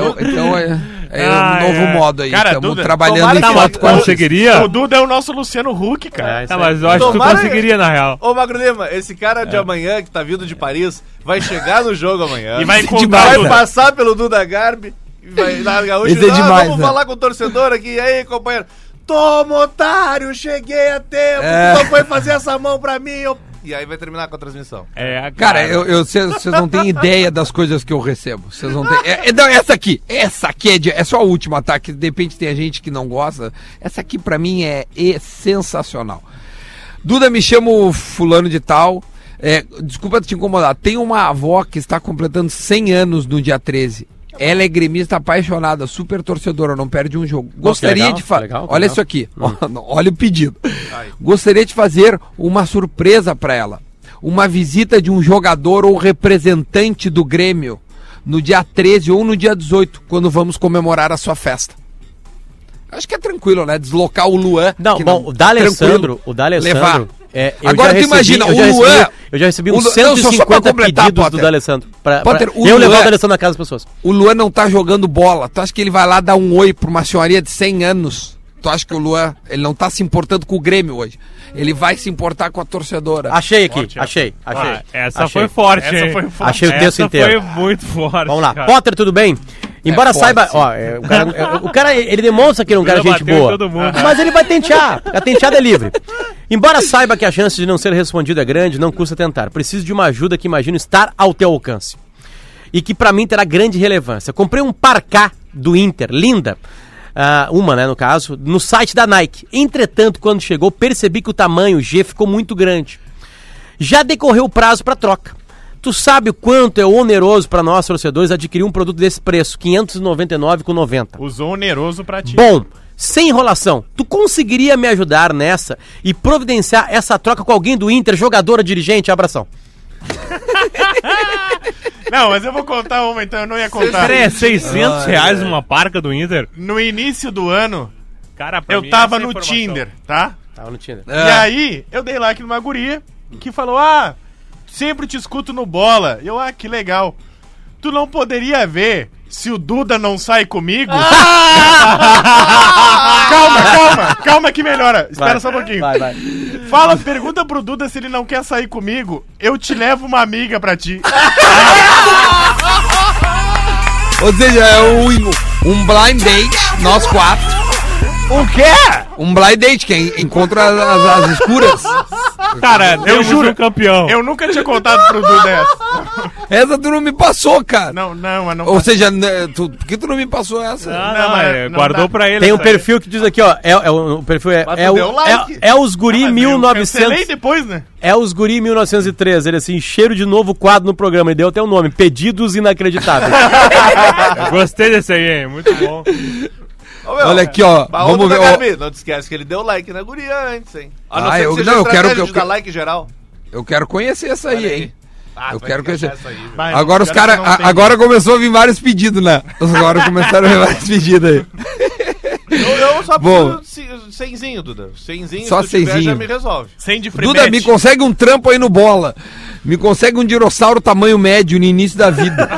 A: Entendeu? Então é, é
G: Ah,
A: um novo
G: é.
A: modo aí.
D: Cara,
A: Estamos
D: Duda,
A: trabalhando
E: tomara
A: em
G: Tá, mas
A: foto
G: tu
A: com a gente.
G: conseguiria?
D: O Duda é o nosso Luciano Huck, cara.
B: É, isso
G: Tá,
B: aí.
G: mas eu acho que tu
F: Tomara-
G: conseguiria, na real.
F: Ô, Magro Lima, esse cara
A: É.
F: de amanhã que tá vindo de Paris vai chegar no jogo amanhã.
D: E vai
A: Esse
D: encontrar
A: demais,
F: Vai
B: né?
D: o Duda.
F: passar pelo Duda Garbi. e Vai na Gaúcha.
A: Esse é
F: Ah,
A: demais,
F: vamos
A: né?
F: falar com o torcedor aqui. E aí, companheiro? Toma, otário, cheguei a tempo.
A: É.
F: Tu não foi fazer essa mão pra mim. eu-" E aí vai terminar com a transmissão.
G: É,
A: Cara, eu- eu- cês- vocês não têm ideia das coisas que eu recebo. Vocês não têm. É, é, não, essa aqui, essa aqui é, de- é só a última, tá? Que de repente tem gente que não gosta. Essa aqui pra mim é, é sensacional. Duda, me chamo Fulano de Tal. É, desculpa te incomodar. Tem uma avó que está completando 100 anos no dia 13. Ela é gremista apaixonada, super torcedora, não perde um jogo. Gostaria
B: legal,
A: de fazer.
B: legal,
A: Olha
B: que legal. Hum.
A: isso aqui. Olha o pedido. Gostaria de fazer uma surpresa para ela. Uma visita de um jogador ou representante do Grêmio no dia 13 ou no dia 18, quando vamos comemorar a sua festa. Acho que é tranquilo, né? Deslocar o Luan.
B: Não,
A: que
B: bom, o D'Alessandro,
A: tranquilo,
B: o D'Alessandro...
A: levar.
B: É, eu
A: Agora tu
B: já recebi-
A: imagina,
B: eu já
A: o Luan...
B: recebi- eu já recebi
A: o
B: uns
A: Lu- não, só- só pra
B: 150
A: completar,
B: pedidos do
A: Potter.
B: D'Alessandro. Pra, pra
A: Potter, o
B: eu levar
A: Luan-
B: o D'Alessandro na casa das pessoas.
A: O Luan não tá jogando bola. Tu acha que ele vai lá dar um oi pra uma senhorinha de 100 anos? Tu acha que o Luan, ele não tá se importando com o Grêmio hoje? Ele vai se importar com a torcedora.
B: Achei aqui,
D: Forte,
B: achei, achei.
G: Ah, essa
B: achei.
G: foi forte,
D: Essa
G: hein?
D: foi forte.
B: Achei o texto
G: Essa
B: inteiro.
G: foi muito forte.
B: Vamos lá.
G: cara.
B: Potter, tudo bem? Embora
A: É, pode,
B: saiba,
A: sim.
B: ó, é, o, cara, é, o cara, ele demonstra que ele é um cara
G: Ele
B: gente
G: bateu em
B: boa.
G: todo mundo.
B: Mas ele vai tentear. A tenteada é livre. Embora saiba que a chance de não ser respondido é grande, não custa tentar. Preciso de uma ajuda que imagino estar ao teu alcance. E que pra mim terá grande relevância. Comprei um parcá do Inter, linda. Ah, uma, né, no caso, no site da Nike. Entretanto, quando chegou, percebi que o tamanho G ficou muito grande já decorreu o prazo para troca. Tu Tu sabe o quanto é oneroso pra nós, torcedores, adquirir um produto desse preço, 599,90.
D: Usou oneroso pra ti.
B: Bom, sem enrolação, tu conseguiria me ajudar nessa e providenciar essa troca com alguém do Inter, jogadora, dirigente? Abração.
D: Não, mas eu vou contar uma, então eu não ia contar.
G: Peraí, é 600 reais uma parca do Inter?
D: No início do ano,
G: Cara, pra
D: eu
G: mim,
B: é
D: tava
G: essa é
D: no
G: informação-
D: Tinder, tá?
B: Tava no Tinder.
D: E aí, eu dei like numa guria que falou: Ah, sempre te escuto no bola. Eu, ah, que legal. Tu não poderia ver se o Duda não sai comigo?
B: Ah!
D: calma, calma, calma que melhora. Espera só um pouquinho.
B: Vai, vai.
D: Fala, pergunta pro Duda se ele não quer sair comigo. Eu te levo uma amiga pra ti.
A: Ou seja, é um, um blind date, nós quatro.
C: O quê?
A: Um blind date, que en- encontra as, as escuras.
G: Cara, eu juro.
D: juro.
G: Um campeão.
D: Eu nunca tinha contado pro Duda essa.
A: Essa tu não me passou, cara.
D: Não, não, mas não.
A: Ou seja, né, tu, por que tu não me passou essa?
G: Ah,
D: Não,
G: não,
D: mas
G: é,
D: não
G: guardou
D: dá.
G: pra ele.
B: Tem um
G: essa
B: perfil que diz aqui, ó. É, é o, o perfil é.
D: Mas tu
B: É, o,
D: deu like.
B: é, é os Guri
D: Mas um eu cancelei
B: 1900.
D: depois, né?
B: É os Guri 1903. Ele assim, cheiro de novo quadro no programa. Ele deu até o nome. Pedidos inacreditáveis.
G: aí. Gostei desse aí, hein? É, Muito bom.
F: Ô, meu,
A: Olha aqui, ó.
F: Baú
A: Vamos
F: da
A: ver. ó,
F: Garbi, Não te esquece que ele deu like na guria antes, hein? A
A: Ah,
F: ser
A: eu-
F: que
A: não, eu quero-
F: estratégia
A: eu
F: de
A: quero-
F: dar like geral.
A: eu quero conhecer essa aí,
F: Olha aí.
A: hein?
F: Ah,
A: Eu
F: tu vai
A: quero
F: ter achar
A: conhecer.
F: essa aí, velho.
D: Vai,
A: Agora os
D: pior que
A: caras.
D: não tem.
A: Agora começou a vir vários pedidos, né? Agora começaram a vir vários pedidos aí.
F: Eu, eu só
A: Bom.
F: preciso de cenzinho, Duda. Cenzinho,
A: Só
F: se tu tiver,
A: cenzinho.
F: já me resolve.
D: Sem de
A: Duda,
D: fribete.
A: me consegue um trampo aí no bola. Me consegue um dinossauro tamanho médio no início da vida.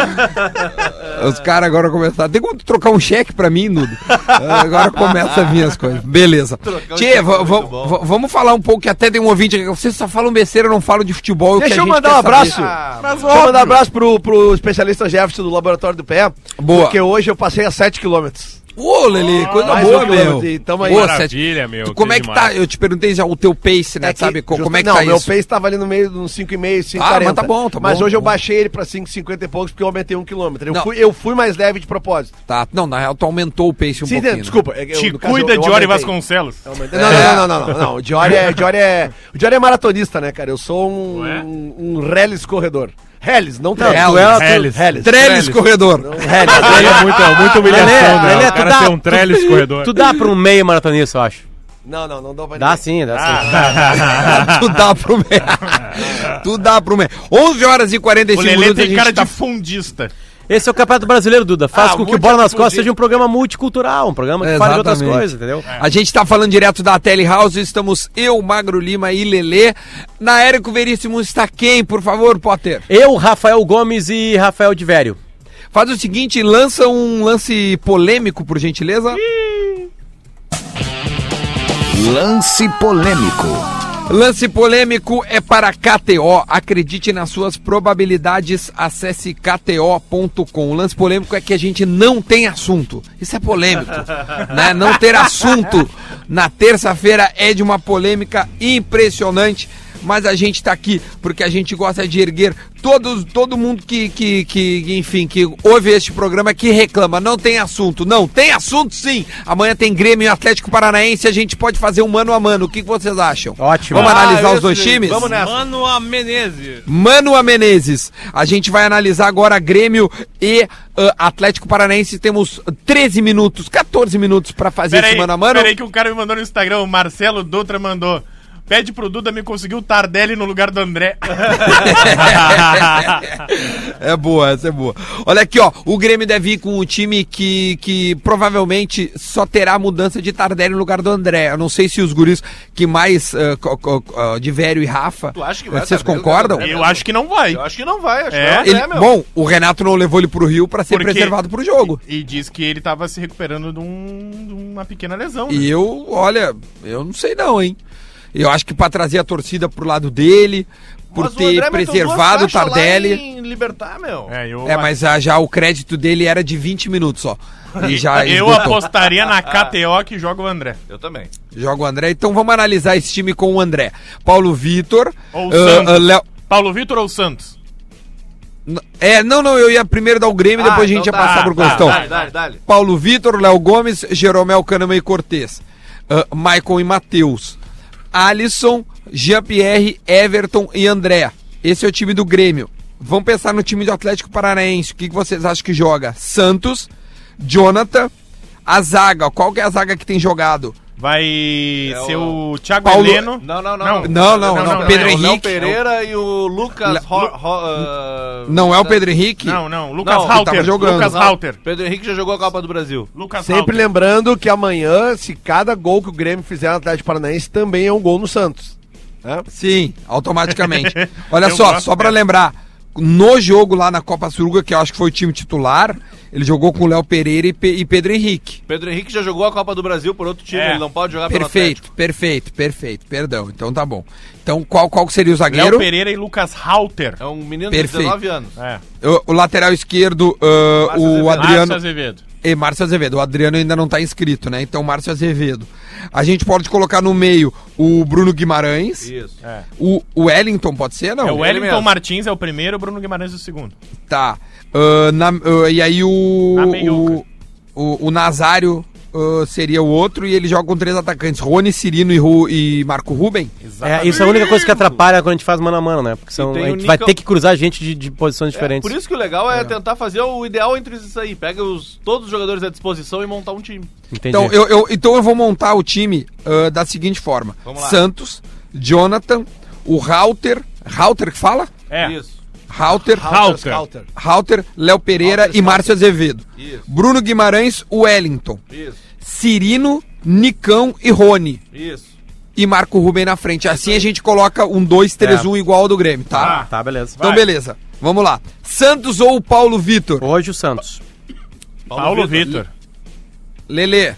A: Os caras agora começaram. Tem como tu trocar um cheque pra mim, Nudo? Agora começa a vir as coisas. Beleza.
F: Trocar um
A: Tchê,
F: cheque
A: va- va-
F: é muito bom.
A: va- vamos falar um pouco, que até tem um ouvinte aqui. Vocês só falam besteira, não falam de futebol. é o que
E: Deixa
A: a
E: eu
A: gente
E: mandar
A: quer
E: um
A: saber. Ah,
E: abraço.
D: Mas
E: Deixa eu
D: óbvio.
E: mandar um abraço pro, pro especialista Jefferson do Laboratório do Pé.
A: Boa.
E: Porque hoje eu passei a 7 km.
A: Ô, Lelê, coisa
E: mais
A: boa,
E: um quilômetro,
A: meu.
E: e tamo aí.
A: Boa, sete-
G: Maravilha, meu.
A: Tu, como é que tá? Eu te perguntei já o teu pace, né? sabe? co- como é que
E: não,
A: tá
E: meu
A: isso?
E: pace tava ali no meio de uns 5,5, 5,40.
A: Ah, mas tá bom, tá
E: Mas
A: bom,
E: hoje
A: tá
E: eu
A: bom.
E: baixei ele pra 5,50 e poucos porque eu aumentei um quilômetro. Eu
A: Não.
E: fui, eu fui mais leve de propósito.
A: Tá, não, na real, tu aumentou o pace um
E: Sim,
A: pouquinho. né?
E: desculpa. é que eu-
D: Te
E: no caso,
D: cuida,
E: eu- eu
D: Diori
E: aumentei.
D: Vasconcelos.
E: Não, não, não, não, não, não. O Diori é, o Diori é, o Diori é maratonista, né, cara? Eu sou um,
G: Ué?
E: um, relis corredor. Relis, não Um
B: Não,
E: Trellis.
B: tu é- tu-
G: Trellis.
E: Relis.
A: Trellis corredor.
E: Relis.
G: Aí é muita,
D: Ah,
G: muita humilhação,
B: Lelê,
G: né?
B: Lelê,
G: o
B: tu
G: cara
B: dá-
G: tem um trellis corredor.
B: tu dá pra um meio maratonista, eu acho.
E: Não, não, não dá pra
B: Dá
E: ninguém.
B: sim, dá sim.
A: tu dá pro meio. tu dá pro meio. 11 horas e
D: O
A: 45
D: Lelê
A: minutos. a
D: tem
A: gente
D: cara
A: tá...
D: de fundista.
B: Esse é o Campeonato Brasileiro, Duda. Faz
E: Ah,
B: com que o
E: muito
B: Bola nas Costas
E: aplaudido.
B: seja um programa multicultural, um programa que fale de outras
A: Exatamente.
B: coisas, entendeu?
D: É.
A: A gente tá falando direto da Telehouse, estamos eu, Magro Lima e Lelê. Na Érico Veríssimo está quem, por favor, Potter?
B: Eu, Rafael Gomes e Rafael de Vério. É,
A: Faz o seguinte, lança um lance polêmico, por gentileza.
H: Lance polêmico.
A: Lance polêmico é para KTO. Acredite nas suas probabilidades. Acesse kto.com. O lance polêmico é que a gente não tem assunto. Isso é polêmico. né? Não ter assunto na terça-feira é de uma polêmica impressionante. Mas a gente tá aqui porque a gente gosta de erguer todos, todo mundo que, que, que, enfim, que ouve este programa que reclama. Não tem assunto. Não, tem assunto sim. Amanhã tem Grêmio e Atlético Paranaense. A gente pode fazer um mano a mano. O que que vocês acham?
B: Ótimo.
A: Vamos
F: Ah,
A: analisar os
F: isso,
A: dois
F: gente.
A: times?
F: Vamos nessa.
G: Mano a Menezes.
A: Mano a Menezes. A gente vai analisar agora Grêmio e ah, Atlético Paranaense. Temos 13 minutos, 14 minutos pra fazer
D: Pera
A: esse
D: aí,
A: mano a mano.
D: pera aí que um cara me mandou no Instagram, o Marcelo Dutra mandou. Pede pro Duda me conseguir o Tardelli no lugar do André.
A: é boa, essa é boa. Olha aqui, ó. O Grêmio deve ir com um time que, que provavelmente só terá mudança de Tardelli no lugar do André. Eu não sei se os guris que mais ah, co- co- ah, de Vério e Rafa. eh,
F: Tu acha que vai
A: Vocês
F: Tardelli no
A: concordam?
F: lugar do André?
D: Eu acho que não vai.
F: Eu acho que não vai, acho
D: É?
F: que não,
A: Ele-
F: né, meu?
A: bom, o Renato não levou ele pro Rio pra ser
D: Porque-
A: preservado pro jogo.
D: E diz que ele tava se recuperando de, um- de uma pequena lesão. né?
A: E eu, olha, eu não sei não, hein? Eu acho que pra trazer a torcida pro lado dele, por
F: Mas o
A: ter
F: André meteu
A: preservado o
F: duas taxas lá
A: Tardelli.
F: em Libertar, meu.
D: É, eu,
A: É, mas ah, já o crédito dele era de 20 minutos só. E já
D: eu
A: esgotou.
D: apostaria na KTO que joga o André.
F: Eu também.
A: joga o André. Então vamos analisar esse time com o André. Paulo Vitor.
D: Ou o
A: ah,
D: Santos.
A: ah, Léo-
D: Paulo Vitor ou Santos?
A: N- É, não, não, eu ia primeiro dar o Grêmio,
D: Ah,
A: depois
D: então
A: a gente
D: tá.
A: ia passar pro Gostão.
F: Dale, dale, dale.
A: Paulo Vitor, Léo Gomes, Jeromel Cânama e Cortez. Ah, Maicon e Matheus. Alisson, Jean-Pierre, Everton e André. Esse é o time do Grêmio. Vamos pensar no time do Atlético Paranaense. O que, que vocês acham que joga? Santos, Jonathan, a zaga. Qual que é a zaga que tem jogado?
D: Vai
F: É
D: ser
F: o-
D: o Thiago
A: Paulo-
D: Heleno.
F: Não, não, não.
D: Não.
A: Não, não, não.
D: Não, não,
A: Pedro
D: não,
F: O
A: Henrique.
F: Léo Pereira e o Lucas
A: Le-
F: Ro... Ro- ah,
A: Não é o Pedro Henrique?
D: Não, não. Lucas
F: Não, ele
A: tava
D: Halter.
A: jogando.
D: Lucas
A: Não.
D: Halter.
F: Pedro Henrique já jogou a Copa do Brasil.
D: Lucas
E: Sempre
D: Halter.
E: lembrando que amanhã, se cada gol que o Grêmio fizer no Atlético Paranaense, também é um gol no Santos. né?
A: Sim, automaticamente. Olha
D: Eu
A: só,
D: gosto
A: só pra
D: dessa.
A: lembrar, no jogo lá na Copa Suruga, que eu acho que foi o time titular, ele jogou com o Léo Pereira e, Pe- e Pedro Henrique.
F: Pedro Henrique já jogou a Copa do Brasil por outro time,
D: É.
F: ele não pode jogar
A: Perfeito, perfeito, perfeito. Perdão, então tá bom. Então qual, qual que seria o
D: Léo
A: zagueiro?
D: Pereira e Lucas Halter.
F: pelo Atlético. É um menino
A: Perfeito.
F: de 19 anos.
D: É.
A: O, o lateral esquerdo, ah, o
F: Azevedo.
A: Adriano.
G: Márcio Azevedo.
A: E Márcio Azevedo. O Adriano ainda não tá inscrito, né? Então Márcio Azevedo. A gente pode colocar no meio o Bruno Guimarães.
F: Isso.
A: O, o Wellington pode ser, não?
D: É o Wellington
F: mesmo.
D: Martins é o primeiro, o Bruno Guimarães é o segundo.
A: Tá. Ah, na- ah, e aí o,
D: Na meiuca.
A: o, o. o Nazário ah, seria o outro e ele joga com três atacantes: Rony, Cirino e, Ru- e Marco Ruben.
B: É, isso é a única coisa que atrapalha quando a gente faz mano a mano, né? Porque são,
F: E tem
B: a
F: o
B: gente vai
F: Nico-
B: ter que cruzar gente de, de posições
F: É,
B: diferentes.
F: por isso que o legal é, tentar fazer o ideal entre isso aí. Pega os, todos os jogadores à disposição e montar um time.
B: Entendi.
A: Então eu, eu- então eu vou montar o time ah, da seguinte forma:
F: Vamos lá.
A: Santos, Jonathan, o Rauter. Rauter que fala?
G: É.
F: Isso.
A: Rauter.
G: Halter.
E: Halter.
A: Rauter, Léo Pereira
F: Rauter,
A: e Márcio Azevedo.
F: Isso.
A: Bruno Guimarães, Wellington.
F: Isso.
A: Cirino, Nicão e Rony.
F: Isso.
A: E Marco Ruben na frente. Assim a gente coloca um
F: É.
A: 2-3-1 igual ao do Grêmio,
F: Ah.
A: tá?
B: Tá, beleza.
A: então beleza. Vamos lá. Santos ou Paulo Vitor?
B: Hoje o Santos.
D: Paulo, Vitor.
A: Lelê.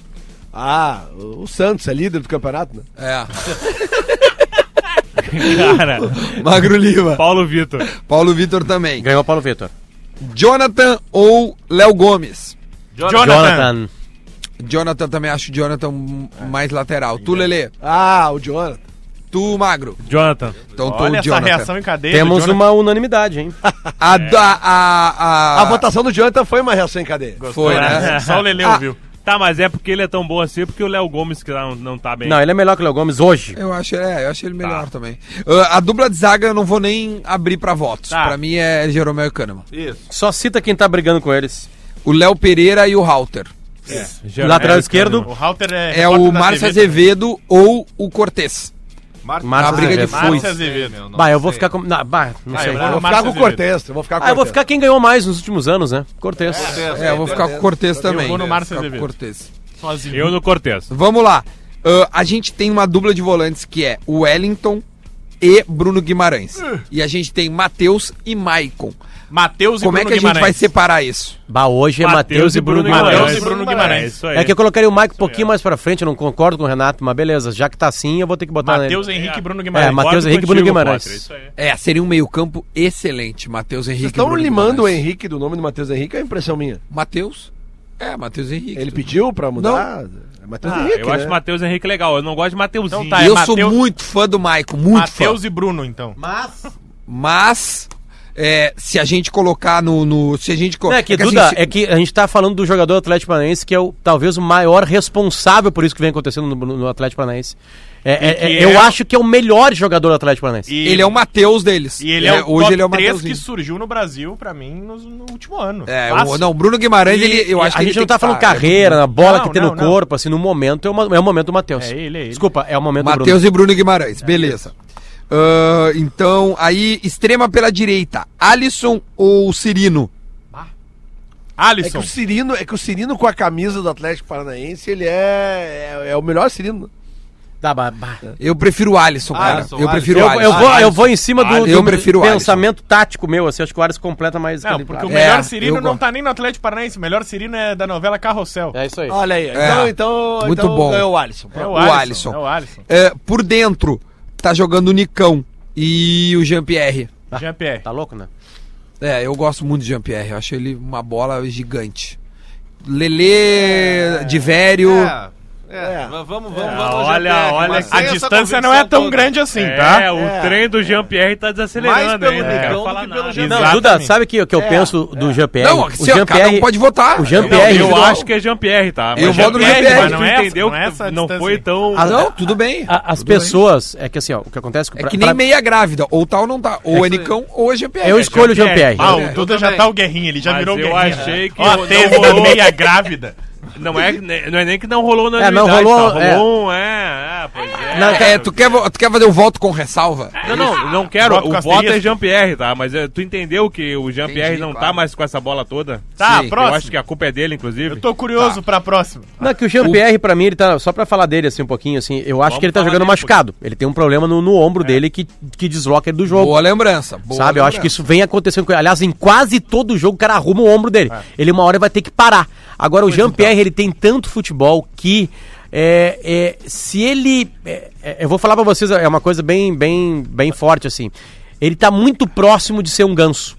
E: Ah, o Santos é líder do campeonato, né?
A: É.
G: Cara,
A: Magro Lima.
G: Paulo Vitor.
A: Paulo Vitor também.
B: Ganhou o Paulo Vitor.
A: Jonathan ou Léo Gomes?
D: Jonathan.
B: Jonathan.
A: Jonathan também acho o Jonathan mais lateral. Tu, Lelê.
E: Ah, o Jonathan.
A: Tu, Magro.
G: Jonathan.
A: Então tu,
D: Olha essa
A: Jonathan.
D: reação em cadeia. do
B: Temos
D: Jonathan.
B: uma unanimidade, hein?
A: A, da- a, a,
E: A votação do Jonathan foi uma reação em cadeia.
A: Foi,
D: É,
A: né?
G: Só o Lele
A: Ah.
G: ouviu. Tá, mas é porque ele é tão bom assim, porque o Léo Gomes que não, não tá bem.
B: Não, ele é melhor que o Léo Gomes hoje.
A: Eu acho, é, eu acho
D: Tá.
A: ele melhor também. Ah, a dupla de zaga eu não vou nem abrir pra votos.
D: Tá.
A: Pra mim é Jeromel e Kahneman.
F: Isso.
B: Só cita quem tá brigando com eles.
A: O Léo Pereira e o Halter.
G: Jeromel
B: Lateral
G: Cano.
B: esquerdo.
D: É, O Halter é.
A: É
D: repórter
A: o
D: da
A: Márcio
D: TV.
A: Azevedo ou o Cortez.
B: Márcio
A: A briga de
B: Azevedo.
D: Márcio
A: Fui.
D: Azevedo.
F: Meu, não
B: Bah, eu vou
F: sei.
B: ficar com... Não, bah, não
D: Ah,
B: sei.
D: eu
E: Eu
D: Ah,
E: vou ficar
D: Márcio
E: com o
D: Azevedo.
E: Cortez, eu vou ficar com o
B: Ah, eu vou
E: Cortez.
B: ficar quem ganhou mais nos últimos anos, né? Cortez.
A: É, eu vou ficar com o Cortez também.
D: vou no
A: É,
D: Márcio
A: ficar com o
D: Azevedo.
A: Cortez.
D: Sozinho.
G: Eu no Cortez.
A: Vamos lá. Ah, a gente tem uma dupla de volantes que é o Wellington e Bruno Guimarães. E a gente tem Matheus e Maicon.
D: Matheus e
A: Como é
D: Bruno
A: que a gente vai
D: Guimarães.
A: separar isso?
B: Bah, hoje é Matheus e Bruno
D: Guimarães.
B: Guimarães.
D: Matheus e Bruno Guimarães.
G: É isso aí.
B: É que eu colocaria o Mike um pouquinho mais pra frente, eu não concordo com o Renato, mas beleza, já que tá assim, eu vou ter que botar
D: Matheus
B: nele.
D: Henrique e Bruno
B: É,
D: Guimarães.
B: Matheus
G: Concordo
B: Henrique e Bruno
G: contigo,
B: Guimarães.
G: Potter, isso aí.
A: É, seria um meio-campo excelente. Matheus Henrique.
E: Vocês estão
A: Bruno
E: limando o
A: Guimarães.
E: Henrique do nome do Matheus Henrique, é a impressão minha.
A: Matheus? É, Matheus Henrique.
E: Ele
A: Tu-
E: pediu pra mudar? É Matheus Henrique,
G: Eu acho
E: né?
G: Matheus Henrique legal. Eu não gosto de Mateuzinho.
D: Então tá,
A: E
D: é
A: eu sou
D: Matheus-
A: muito fã do Maicon, muito
D: Matheus
A: fã.
D: e Bruno, então.
A: Mas é, se a gente colocar no. no- se a gente co-
B: Não, é que,
A: assim,
B: Duda,
A: se-
B: é que a gente tá falando do jogador Atlético Paranaense, que é o, talvez o maior responsável por isso que vem acontecendo no, no Atlético Paranaense. É, é-
D: que
B: é- eu
D: é-
B: acho que é o melhor jogador do Atlético Paranaense.
D: E-
A: ele é o Matheus deles.
D: E ele é, o
A: hoje
D: top
A: ele é o
D: 3
A: Matheusinho.
D: que surgiu no Brasil, pra mim, no, no último ano.
A: É,
D: Fácil.
A: o, não, o Bruno Guimarães, ele, eu
B: E
A: acho
B: a
A: que
B: gente
A: ele
B: não
A: tem
B: tá falando
A: que tá,
B: carreira, na bola
D: Não,
B: que tem
D: não,
B: no
D: não.
B: corpo, assim, no momento, é, uma- é o momento do Matheus.
D: É ele, é ele.
B: Desculpa, é o momento do Bruno. É,
A: Matheus e Bruno Guimarães, beleza. Ah, então, aí, extrema pela direita, Alisson ou Cirino?
E: É que,
D: Alisson.
E: o Cirino, é que o Cirino com a camisa do Atlético Paranaense, ele é, é, é o melhor Cirino.
B: Tá, bah, bah.
A: Eu prefiro o Alisson, cara.
F: Alisson,
A: eu prefiro o
B: Ah, Eu, eu
A: Alisson.
B: vou, eu vou em cima do,
A: Alisson. Eu
B: do
A: prefiro o Alisson.
B: pensamento tático meu, assim, acho que o Ares completa mais...
D: Não, porque o
A: É,
D: melhor Cirino
A: eu
D: não
A: gosto.
D: tá nem no Atlético Paranaense. O melhor Cirino é da novela Carrossel.
B: É isso aí.
E: Olha aí,
A: É.
E: então, então,
A: Muito
E: então
A: bom.
E: ganhou o Alisson.
A: o Alisson.
D: É o Alisson.
A: É, por dentro, tá jogando o Nicão e o Jean-Pierre.
D: Jean-Pierre.
B: Tá louco, né?
A: É, eu gosto muito de Jean-Pierre. Eu
B: É.
A: acho ele uma bola gigante. Lelê, de Divério,
F: É, É, mas vamos, vamos,
G: É,
F: vamos. ao
G: olha,
F: GPR,
G: olha
F: mas
G: que-
D: A
F: sem essa
D: distância não é
F: convicção
D: tão
F: toda.
D: grande assim,
G: É,
D: tá?
G: o trem do Jean-Pierre tá
F: Mais
G: desacelerando
F: pelo
G: ainda. Não
F: Negão
G: quero
F: do
G: falar
F: que pelo
G: nada.
F: Jean-
B: Não,
D: Exatamente.
B: Duda, sabe o que, o que eu penso do Jean-Pierre?
A: Não,
B: o
A: se, cada um pode votar.
B: o Jean-Pierre-
G: eu
B: Jean-Pierre.
G: acho que é Jean-Pierre, tá?
A: Eu vou no
G: Jean-Pierre,
A: Jean-Pierre.
G: mas
D: Não é
G: tu
D: essa-
G: entendeu
D: não é essa
G: que não
D: distância
G: foi
D: aí.
G: tão...
B: Ah,
A: Não, é, tudo bem.
B: A- as
A: Tudo bem.
B: pessoas, é que assim, ó, o que acontece
A: É
B: pra-
A: que nem
B: pra-
A: meia grávida. Ou tal não tá. Ou é Nicão ou é GPR.
B: Eu escolho o Jean-Pierre.
D: Ah, o
A: Eu
D: Duda já tá o guerrinho, ele já
G: Mas
D: virou o
G: eu
D: guerrinho.
G: achei que
D: Ó, a
G: eu- não é,
D: tese da
G: rolou.
D: meia grávida.
G: Não é, não é nem que não rolou na tá?
B: É, não rolou, é.
G: rolou um, é, é, pois é.
B: Não, É.
A: É, tu quer, vo- tu quer fazer o voto com ressalva?
G: Não, não, não quero.
D: Voto com
G: O voto é
D: asterisco.
G: Jean-Pierre, tá? Mas eh, tu entendeu que o Jean-Pierre
A: Entendi,
G: não tá
A: claro.
G: mais com essa bola toda?
D: Tá,
A: Sim, Tá. eu
D: próximo.
G: Eu acho que a culpa é dele, inclusive.
D: Eu tô curioso pra próxima.
B: Não, é que o Jean-Pierre, pra mim, ele tá. Só pra falar dele assim um pouquinho, assim, eu acho
G: Vamos
B: que ele tá
G: falar
B: jogando
G: dele um
B: machucado. Ele tem um problema no, no ombro dele que, que desloca ele do jogo.
A: Boa lembrança. boa
B: Sabe, eu acho que
A: lembrança.
B: isso vem acontecendo com ele. Aliás, em quase todo jogo o cara arruma o ombro dele.
A: É.
B: Ele uma hora vai ter que parar. Agora, o
A: então.
B: Jean-Pierre, ele tem tanto futebol que. é, é, se ele. é, é, eu vou falar pra vocês, é uma coisa bem, bem, bem forte, assim. Ele tá muito próximo de ser um ganso.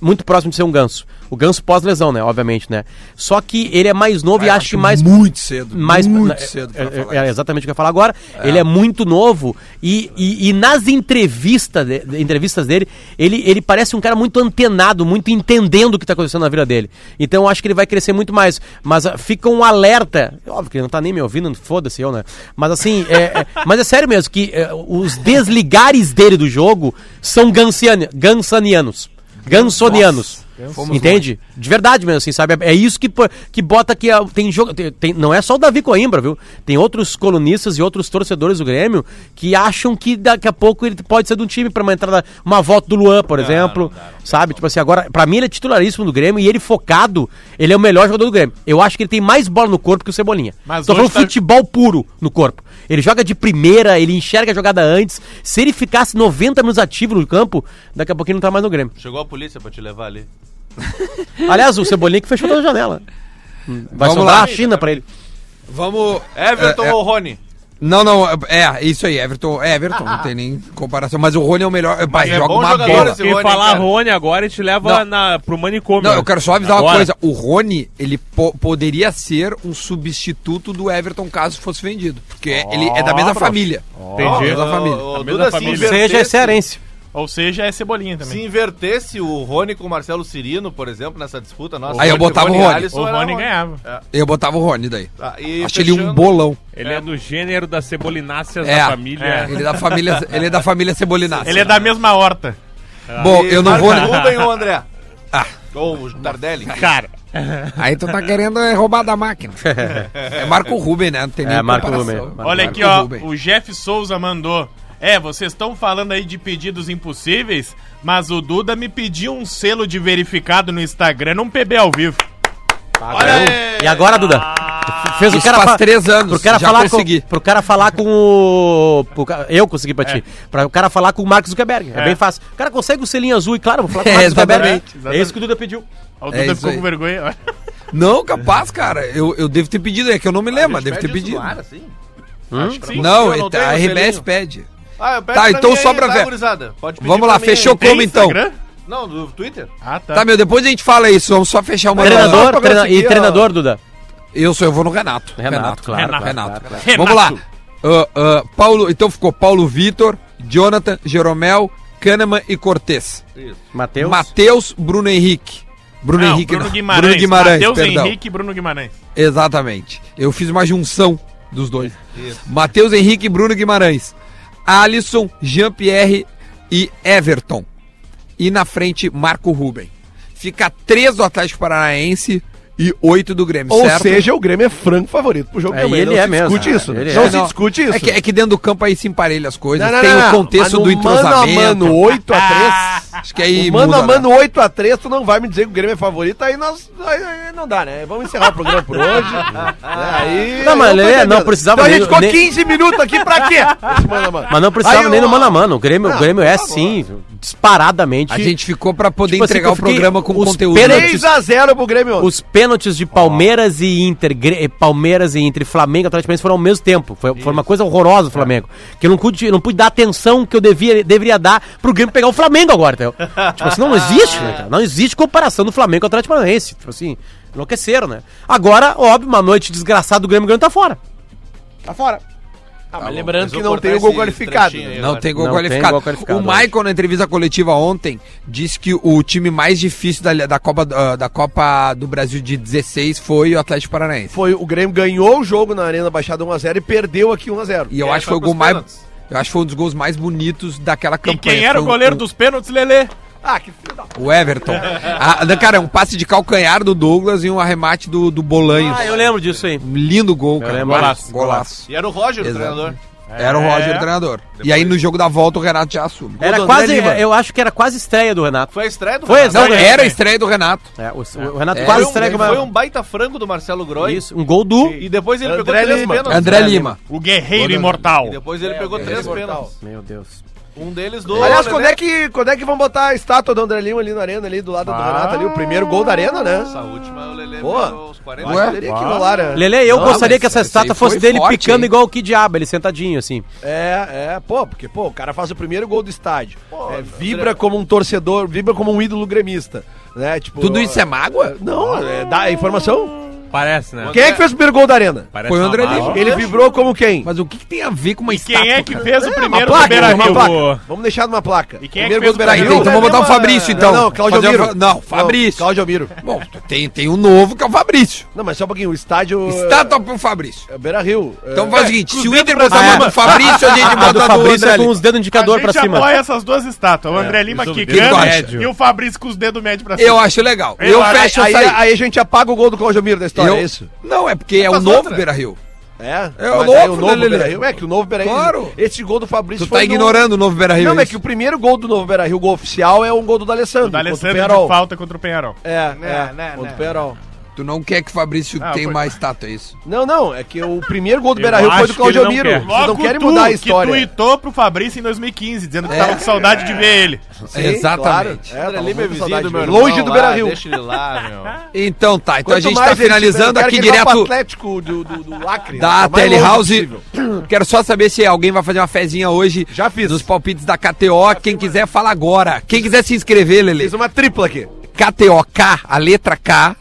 B: Muito próximo de ser um ganso. O ganso pós-lesão, né? Obviamente, né? Só que ele é mais novo e acho que mais
A: Muito cedo.
B: mais
A: muito
B: é,
A: cedo
B: é,
A: pra falar.
B: é exatamente o que eu ia falar agora. Ele é muito novo e, e, e nas entrevista de- de- entrevistas dele, ele, ele parece um cara muito antenado, muito entendendo o que está acontecendo na vida dele. Então eu acho que ele vai crescer muito mais. Mas ah, fica um alerta. Óbvio que ele não tá nem me ouvindo, foda-se eu, né? Mas assim, é, é- mas é sério mesmo que é, os desligares dele do jogo são gansiani- gansanianos. Gansonianos.
A: Fomos
B: Entende? De verdade mesmo, assim, sabe? É isso que, pô- que bota que ah, tem jogo. Tem, tem- não é só o Davi Coimbra, viu? Tem outros colunistas e outros torcedores do Grêmio que acham que daqui a pouco ele pode ser de um time pra uma entrada, uma volta do Luan, por exemplo. sabe? Tipo assim, agora, pra mim ele é titularíssimo do Grêmio e ele focado, ele é o melhor jogador do Grêmio. Eu acho que ele tem mais bola no corpo que o Cebolinha.
D: Mas
B: Tô
D: hoje
B: falando
D: tá-
B: futebol puro no corpo. Ele joga de primeira, ele enxerga a jogada antes. Se ele ficasse 90 minutos ativo no campo, daqui a pouquinho não tá mais no Grêmio.
F: Chegou a polícia pra te levar ali.
B: Aliás, o Cebolinha que fechou toda a janela. Vai
A: Vamos
B: sobrar
A: lá.
B: a China pra ele.
A: Vamos.
F: Everton
A: É, é.
F: ou Rony?
A: Não, não, é, isso aí, Everton. É, Everton, não tem nem comparação. Mas o Rony é o melhor. Pai,
F: é
A: joga
F: bom
A: uma
F: jogador
A: bola.
F: esse
G: Quem
F: Rony,
G: falar
F: cara.
G: Rony agora, a gente leva
A: Não.
G: na, pro manicômio. né?
A: Não, eu quero só avisar uma
G: Agora.
A: coisa. O Rony, ele po- poderia ser um substituto do Everton caso fosse vendido. Porque ele é da mesma família.
G: Entendi.
A: Da mesma família.
F: Ô, ô,
G: Da mesma
F: Duda, se
G: família.
B: Ou seja, é
F: invertesse,
B: cearense.
D: Ou seja, é Cebolinha
F: se
D: também.
F: invertesse o Rony com o Marcelo Cirino, por exemplo, nessa disputa nossa.
A: Aí eu botava o Rony.
F: Alisson
D: o
F: era
D: Rony
G: é,
D: ganhava.
A: Eu botava o Rony daí.
F: Tá, e
A: Acho ele um
F: fechando-
A: bolão.
G: Ele é, do gênero das cebolináceas
A: É.
G: da família.
D: É.
A: Ele é da família, ele é da família Cebolinazzi.
D: Ele é da mesma horta.
A: Bom, eu não
F: Marca
A: vou.
F: o Rubem ou o André?
A: Ah.
F: Ou o Tardelli?
G: Cara,
A: Aí tu tá querendo é, roubar da máquina. É Marco Ruben, né? Não tem nem
B: É, Marco
A: comparação.
B: Ruben. Marco
D: Olha
A: é
D: aqui, ó.
A: Ruben.
D: O Jeff Souza mandou. É, vocês estão falando aí de pedidos impossíveis, mas o Duda me pediu um selo de verificado no Instagram, num PB ao vivo.
B: E agora, Duda? Fez
A: É. Isso faz
B: fa-
A: três anos,
B: Pro cara
A: já
B: falar
A: consegui.
B: Com, pro cara falar com o. pro ca- eu consegui pra ti.
A: É.
B: Pra o cara falar com o Marcos Zuckerberg. É.
D: É.
B: bem fácil. O cara consegue o selinho azul e claro, vou falar com o
A: É,
B: Marcos Zuckerberg.
A: exatamente,
B: É isso que o Duda pediu.
D: Ó, O
A: É
D: Duda
A: isso
D: ficou
A: aí.
D: com vergonha.
A: Não, capaz, cara. Eu, eu devo ter pedido, é que eu não me lembro, mas devo ter pedido.
F: assim. Acho que pra
A: Não,
F: você, eu
A: é-
F: tenho
A: a
F: selinho.
A: RBS pede.
F: Ah, eu pego
A: Tá,
F: pra
A: então
F: mim aí,
A: sobra
F: tá,
A: velho.
F: gurizada? Pode pedir
A: Vamos
F: pra
A: lá,
F: mim
A: fechou
F: aí.
A: como então?
F: Não, do Twitter?
D: Ah, tá.
A: Tá, meu, depois a gente fala isso, vamos só fechar uma
B: Treinador,
A: pra
B: treina-
A: conseguir,
B: e
A: ó.
B: treinador, Duda.
A: Eu sou, eu vou no Renato.
B: Renato, claro,
A: Renato.
B: claro,
A: Renato.
B: claro,
A: Vamos lá. Ah, ah, Paulo, então ficou Paulo Vitor, Jonathan, Jeromel, Kahneman e Cortez.
B: Matheus.
A: Matheus, Bruno Henrique. Bruno
D: Não,
A: Henrique,
D: Bruno
A: não.
D: Guimarães.
A: Bruno Guimarães,
D: Matheus
A: perdão.
D: Henrique e Bruno Guimarães.
A: Exatamente. Eu fiz uma junção dos dois. Matheus Henrique e Bruno Guimarães. Alisson, Jean-Pierre e Everton. E na frente, Marco Ruben. Fica três do Atlético Paranaense e oito do Grêmio,
E: Ou
A: certo?
E: seja, o Grêmio é franco favorito pro jogo
B: É,
E: também,
B: ele
E: não
B: é
E: se
B: mesmo,
E: discute
B: é,
E: isso.
B: ele
E: não
B: é.
E: se
A: Não,
E: discute isso.
A: É que, é que dentro do campo aí se emparelha as coisas.
E: Não, não,
A: tem
E: não,
A: o
E: não.
A: contexto
E: Mas
A: do
E: no
A: entrosamento. Ah!
E: Mano a mano, 8 a 3.
A: Acho que aí
E: O mano a
A: muda, né?
E: mano 8 a 3 tu não vai me dizer que o Grêmio é favorito, aí nós aí, aí não dá, né? Vamos encerrar o programa por hoje. É, aí
B: Não, mas
E: eu tô
B: Lelê, não
E: entendendo.
B: precisava
E: Então a
B: nem-
E: gente ficou
B: nem-
E: 15 minutos aqui pra quê? Esse mano a mano.
B: Mas não precisava
E: Aí
B: nem
E: eu-
B: no mano a mano. O Grêmio, o
E: Não,
B: Grêmio é
E: por favor.
B: sim, disparadamente.
A: A gente ficou pra poder
B: Tipo assim,
A: entregar
B: eu
A: o
B: fiquei-
A: programa com
B: os
A: conteúdo.
B: pênaltis-
E: 3 a 0 pro Grêmio. ontem.
B: Os pênaltis de Palmeiras e Inter, Grê- Palmeiras e Inter, Flamengo e Atlético Paranaense foram ao mesmo tempo. Foi, foi uma coisa horrorosa o Flamengo. Que eu não pude, não pude dar a atenção que eu devia, deveria dar pro Grêmio pegar o Flamengo agora, entendeu? entendeu? tipo assim, não existe, né, cara? Não existe comparação do Flamengo com o Atlético Paranaense. Tipo assim, enlouqueceram, né? Agora, óbvio, uma noite desgraçada do Grêmio, o Grêmio tá fora. Tá fora.
F: mas lembrando
E: que não tem o gol qualificado, né?
A: Não tem gol
B: Não tem
A: qualificado.
B: gol qualificado, né?
A: O
B: eu
A: Michael, na entrevista coletiva ontem, disse que o time mais difícil da, da, Copa, ah, da Copa do Brasil de 16 foi o Atlético Paranaense.
E: Foi, o Grêmio ganhou o jogo na Arena Baixada 1x0 e perdeu aqui 1x0.
A: E eu acho que foi o gol mais. Eu acho que foi um dos gols mais bonitos daquela
D: E
A: campanha.
D: quem era
A: Foi
D: o
A: um-
D: goleiro dos pênaltis, Lelê?
E: Ah, que filho da...
A: O Everton. Ah, não, cara, é um passe de calcanhar do Douglas e um arremate do, do Bolanhos.
B: Ah, eu lembro disso aí.
A: Um Lindo gol, cara.
B: lembro.
A: Golaço. Golaço.
F: E era o Roger,
A: Exato.
F: o treinador.
A: Era o Roger o treinador. E aí no jogo da volta o Renato já assume.
B: Era
E: do
B: quase, é,
E: André Lima.
B: eu acho que era quase estreia do Renato.
F: Foi a estreia do
B: Foi,
F: Renato.
A: Não,
B: exato.
A: era a estreia do Renato.
B: É, o, o Renato
A: É,
B: quase
F: Foi um-
B: estreia.
F: Foi
B: mas-
F: um baita frango do Marcelo Groy.
B: Isso, um gol do...
F: E depois ele
E: André
F: pegou três
E: Lima. É,
F: pênaltis.
A: André Lima.
D: O guerreiro imortal.
F: E depois ele pegou
B: É,
F: três
E: Mortal.
F: pênaltis.
B: Meu Deus.
F: Um deles do.
E: Aliás, quando
F: Lelé.
E: é, que, quando é que vão botar a estátua do André Lima ali na arena, ali do lado do Renato ali? O primeiro gol da arena, né?
F: Essa última o Lelê
E: Boa.
F: meteu os
E: Eu
F: 40.
E: acho que teria que rolar, né?
B: Lele, eu
A: Não,
B: gostaria
A: mas
B: que essa
A: esse
B: estátua
A: aí
B: fosse
A: foi
B: dele
A: forte,
B: picando
A: hein?
B: igual o Kid Abel, ele sentadinho assim.
E: É, é, pô, porque pô, o cara faz o primeiro gol do estádio. É, vibra como um torcedor, vibra como um ídolo gremista. Né? Tipo,
A: Tudo isso é mágoa?
E: Não, é, dá a informação.
G: Parece, né?
E: Quem é que fez o primeiro gol da arena?
G: Parece
A: Foi o
G: uma
A: André
G: mágoa.
D: é
A: Lima.
E: Ele vibrou como quem? Ah,
A: Mas o que, que tem a ver com uma
D: E
A: estátua?
D: quem é que
A: cara?
D: fez o
E: Uma
D: primeiro do
E: placa,
D: Beira
E: uma
D: Rio?
E: placa. Vamos deixar numa placa.
D: E quem é que
E: Primeiro
D: fez
E: gol do
D: o
A: Tá,
E: Beira-Rio.
A: então então vamos botar o
F: Lima-
A: Fabrício, então.
E: Não, não, Claudio
A: Fazer o
E: Miro.
A: Fa- Não, Fabrício.
E: Não, Claudio Miro.
A: Bom, tem, tem um novo que é o Fabrício.
E: Não, mas só um pouquinho, o estádio... é-
A: Estátua pro Fabrício.
E: É Beira-Rio. é-
A: Então faz o seguinte, se o Inter botar
B: Brasil.
A: uma do Fabrício, a gente
B: A do
A: bota a Tá, do
B: Fabrício
A: André
B: é com
A: Lima.
B: os dedos indicador pra cima.
D: apoia essas duas estátuas. O André Lima
G: isso é o
A: dedo
D: quicando
A: médio.
D: e o Fabrício com os dedos médios pra cima.
A: Eu acho legal.
D: Eu
A: Eu,
D: acho-
A: fecho
E: aí,
A: essa aí.
E: aí a gente apaga o gol do Claudio Miro da história,
A: Eu-
E: é isso?
A: Não, é porque é o
F: faz
A: novo
F: outra.
A: Beira-Rio.
E: É?
A: É o
E: Mas
A: novo, né,
E: aí novo
A: Lelê?
E: Beira-Rio. É que o novo Beira-Rio...
A: Claro.
E: Esse gol do Fabrício
A: Tu tá
E: no-
A: ignorando o novo Beira-Rio.
E: Não,
A: é
E: é que
A: isso?
E: o primeiro gol do Novo Beira Rio, o gol oficial, é um gol do D'Alessandro.
D: O da Alessandro
E: contra o
D: de
E: Penarol.
D: falta contra o Penharol.
E: É,
F: Né,
E: é,
F: né,
E: contra
F: né.
E: o Penarol.
A: Tu não quer que o Fabrício
D: Ah,
A: tenha
D: foi-
A: mais estátua, é isso?
E: Não, não, é que o primeiro gol do
G: Eu
E: Beira Rio foi
G: acho
E: do
G: que ele
E: Claudio
G: não
E: Miro.
G: quer.
E: Vocês não querem
D: tu,
E: mudar a
D: que
E: história.
D: tuitou pro Fabrício em 2015, dizendo que
A: É.
D: tava com saudade de ver ele.
A: Exatamente.
E: claro. É,
F: André
E: tava
F: Lima é
E: muito
F: vizinho
E: saudade
F: do meu
E: dele.
F: irmão
E: Longe do
F: lá,
E: Beira Rio.
F: Deixa ele lá, meu.
A: Então tá, então
E: Quanto
A: a gente
E: mais
A: tá
E: ele tiver,
A: finalizando
E: eu quero
A: aqui
E: que ele vá pro
A: direto
E: Atlético do, do, do, do Acre.
A: da
E: tá mais longe
A: Telehouse.
E: possível.
A: Quero só saber se alguém vai fazer uma fezinha hoje
E: Já fiz.
A: dos palpites da KTO. Quem quiser, fala agora. Quem quiser se inscrever, Lele.
E: Fiz uma tripla aqui.
A: KTOK, a letra K,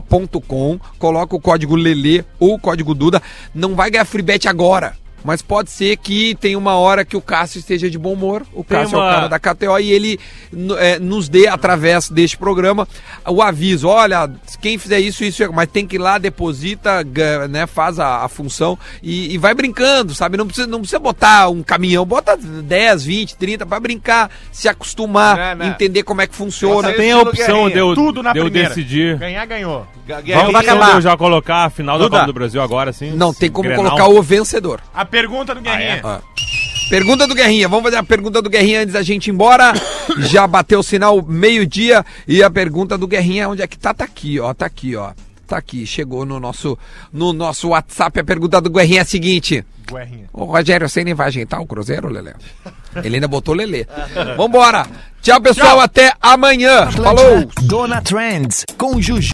A: TO.com. Coloca o código Lelê ou o código Duda. Não vai ganhar free bet agora. Mas pode ser que tenha uma hora que o Cássio esteja de bom humor. O
G: Tem
A: Cássio é
G: uma-
A: o cara da KTO e ele n- é, nos dê, através deste programa, o aviso. Olha, quem fizer isso, isso, é- mas tem que ir lá, deposita, ga- né, faz a, a função e, e vai brincando, sabe? Não precisa, não precisa botar um caminhão, bota 10, 20, 30 pra brincar, se acostumar,
F: Né, né?
A: entender como é que funciona.
G: Tem a
F: Estilo
G: opção de eu,
D: é Tudo na
G: de eu
D: primeira.
G: decidir.
D: Ganhar, ganhou.
G: Vamos
F: Guerrinha,
G: dar Então, de eu já colocar a final da
B: Duda.
G: Copa do Brasil agora, assim.
A: Não,
G: assim,
A: tem como
G: Grenal.
A: colocar o vencedor.
D: A pergunta do Guerrinha.
A: Ah. Pergunta do Guerrinha, vamos fazer a pergunta do Guerrinha antes da gente ir embora. Já bateu o sinal meio-dia e a pergunta do Guerrinha, onde é que tá? Tá aqui, ó, tá aqui, ó. Tá aqui, chegou no nosso, no nosso WhatsApp a pergunta do Guerrinha é a seguinte.
D: Guerrinha.
A: O Rogério Senna vai ajeitar o um Cruzeiro, Lelé? Ele ainda botou Lelê. Vambora. Tchau, pessoal, até amanhã. Falou.
H: Dona Trends com Juju.